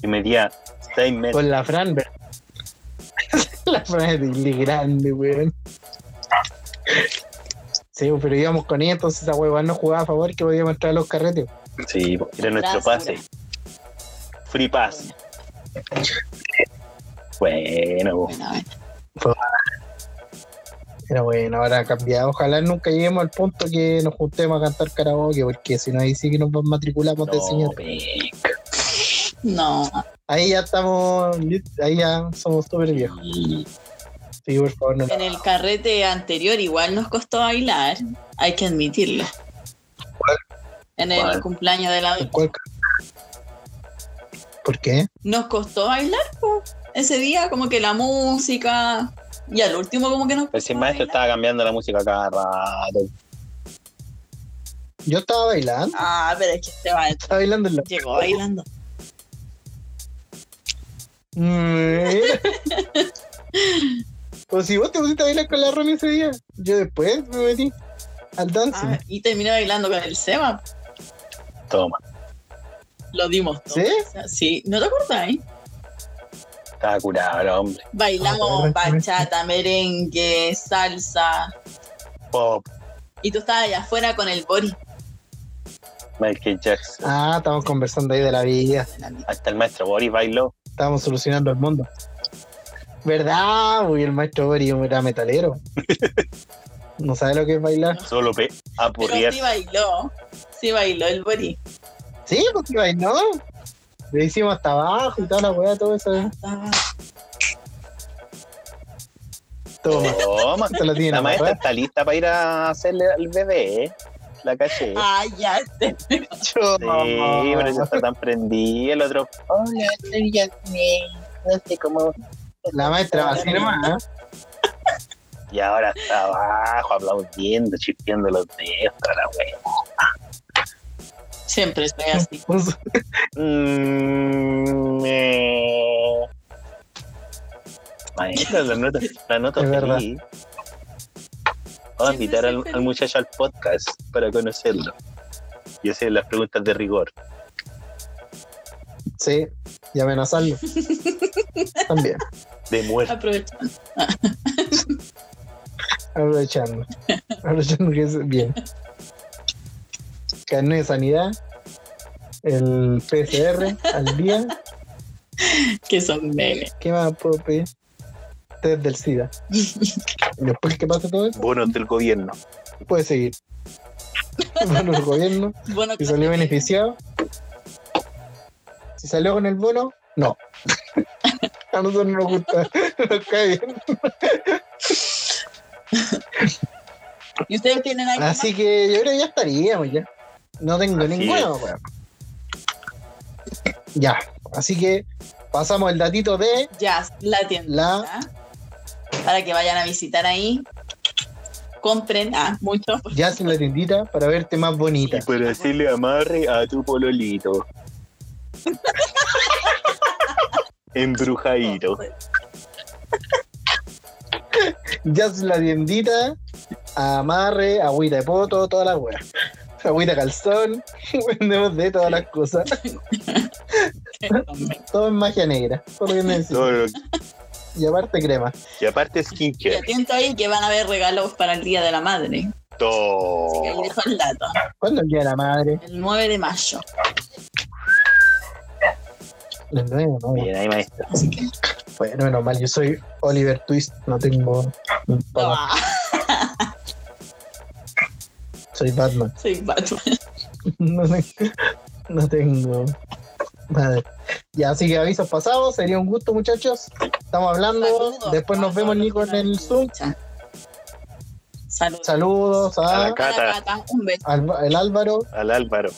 Y medía 6 metros. Con la Fran, ver- La Fran es de grande, weón. Sí, pues, pero íbamos con ella, entonces esa huevón no jugaba a favor que podíamos entrar a los carretes. Sí, po. era nuestro pase. Free pass. Bueno, po. Bueno, bueno. Pero bueno, ahora cambiado. Ojalá nunca lleguemos al punto que nos juntemos a cantar karaoke, porque si no, ahí sí que nos matriculamos de No, señor. pe. No. Ahí ya estamos, ahí ya somos súper viejos. Sí, por favor, no. En el carrete anterior igual nos costó bailar, hay que admitirlo. En el ¿Cuál? cumpleaños de la... ¿Cuál? ¿Por qué? Nos costó bailar po. ese día, como que la música... Y al último como que nos... Pues el costó maestro bailar. estaba cambiando la música cada rato. Yo estaba bailando. Ah, pero es que este maestro Estaba bailando en la... llegó bailando. Mm. Pues si vos te pusiste a bailar con la Romy ese día, yo después me metí al dancing. Ah, y terminé bailando con el Seba. Toma. Lo dimos todo. ¿Sí? Sí, ¿no te acuerdas? eh? Estaba curado el hombre. Bailamos Ah, claro. bachata, merengue, salsa. Pop, Y tú estabas allá afuera con el Boris. Michael Jackson. Ah, estamos conversando ahí de la vida. Hasta el maestro Boris bailó. Estábamos solucionando el mundo. ¿Verdad? Uy, el maestro Bori era metalero. No sabe lo que es bailar. Solo pe Pero apurriar. sí bailó. Sí bailó el Boris. Sí, porque bailó. Le hicimos hasta abajo y toda la weá, todo eso. ¿eh? Estaba- Toma. Toma. Esto lo tiene La la maestra weá. está lista para ir a hacerle al bebé. ¿eh? La caché. Ay, ya este. Sí, pero ya está tan prendida. El otro. Hola, soy Yasmin. No sé cómo. La maestra va así nomás. ¿eh? Y ahora está abajo, aplaudiendo, chispeando los dedos. toda La wea. Siempre estoy así. Puso- Mm, eh. Maestra, la nota, la nota Es verdad. feliz. Vamos a Siempre invitar soy al, al feliz. muchacho al podcast para conocerlo y hacer las preguntas de rigor. Sí, y amenazarlo. También, De muerte. Aprovechando. aprovechando. Aprovechando que es bien. Carnet de sanidad, el PCR al día. Que son memes. ¿Qué más puedo pedir? Test del SIDA. Después que pase todo eso, Bonos del gobierno. puede seguir. Bueno, el gobierno, Bueno, si salió beneficiado. Si salió con el bono, no. A nosotros no nos gusta, nos cae bien. ¿Y ustedes tienen algo más? Así que yo creo que ya estaríamos ya. No tengo Así es. ninguna, weón. Ya. Así que pasamos el datito de Ya, la tienda. la. Para que vayan a visitar ahí. Compren. Ah, mucho. Ya sin la tiendita para verte más bonita. Y para decirle amarre a tu pololito. Embrujadito. Ya sin la tiendita, amarre, agüita de poto, toda la weá. Agüita de calzón, vendemos de todas las cosas. Todo es magia negra. Todo lo que necesito. Todo lo- Y aparte crema. Y aparte Y skincare. atento ahí que van a haber regalos para el Día de la Madre. Así que ahí Todo. dejo el dato. ¿Cuándo es el día de la madre? El 9 de mayo. El 9, ¿no? Bien, ahí maestra. Así que. Bueno, menos mal, yo soy Oliver Twist, no tengo. Ah, Soy Batman. Ah. soy Batman. No, tengo- no tengo. Madre. Ya, así que avisos pasados. Sería un gusto, muchachos. Estamos hablando. Saludos. Después nos vemos, Nico, en el Zoom. Saludos. Saludos A a, la Hola, Cata, Cata, Un beso. al, al Álvaro, al Álvaro.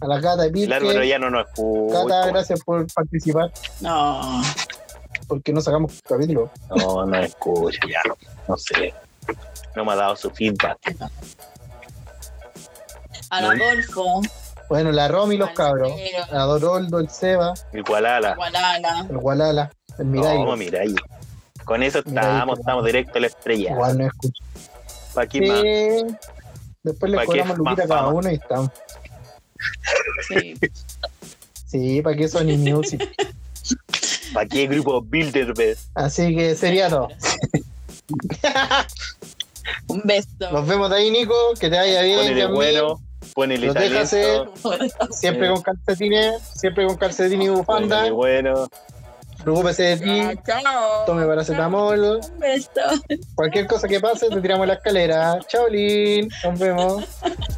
a la Cata de El Álvaro Pirque. ya no nos escucha. Cata, gracias por participar, No. porque no sacamos capítulo. No, no escucha, ya. No sé. No me ha dado su feedback. Al No. Adolfo. Bueno, la Romy y los al cabros. Cero, A Doroldo, el Seba, Igual a la. Gualala. el Gualala, el Mirai. No, mira ahí. Con eso Mira ahí, estamos, como- estamos directo a la estrella. Igual no escuché. ¿Para qué más? Después le ¿Para qué cobramos más Luquita a cada fama? uno y estamos. Sí. Sí, para que Sony Music. ¿Para qué grupo Bilderberg? Así que sería todo. Un beso. Nos vemos de ahí, Nico. Que te vaya bien. Ponele Dios mío. bueno, ponele Los deja talento. Siempre con calcetines, siempre con calcetines y Ponele bufanda. bueno. Preocúpese de ti. Chao. Tome paracetamol. Un beso. Cualquier cosa que pase, te tiramos la escalera. Chao, Lin. Nos vemos.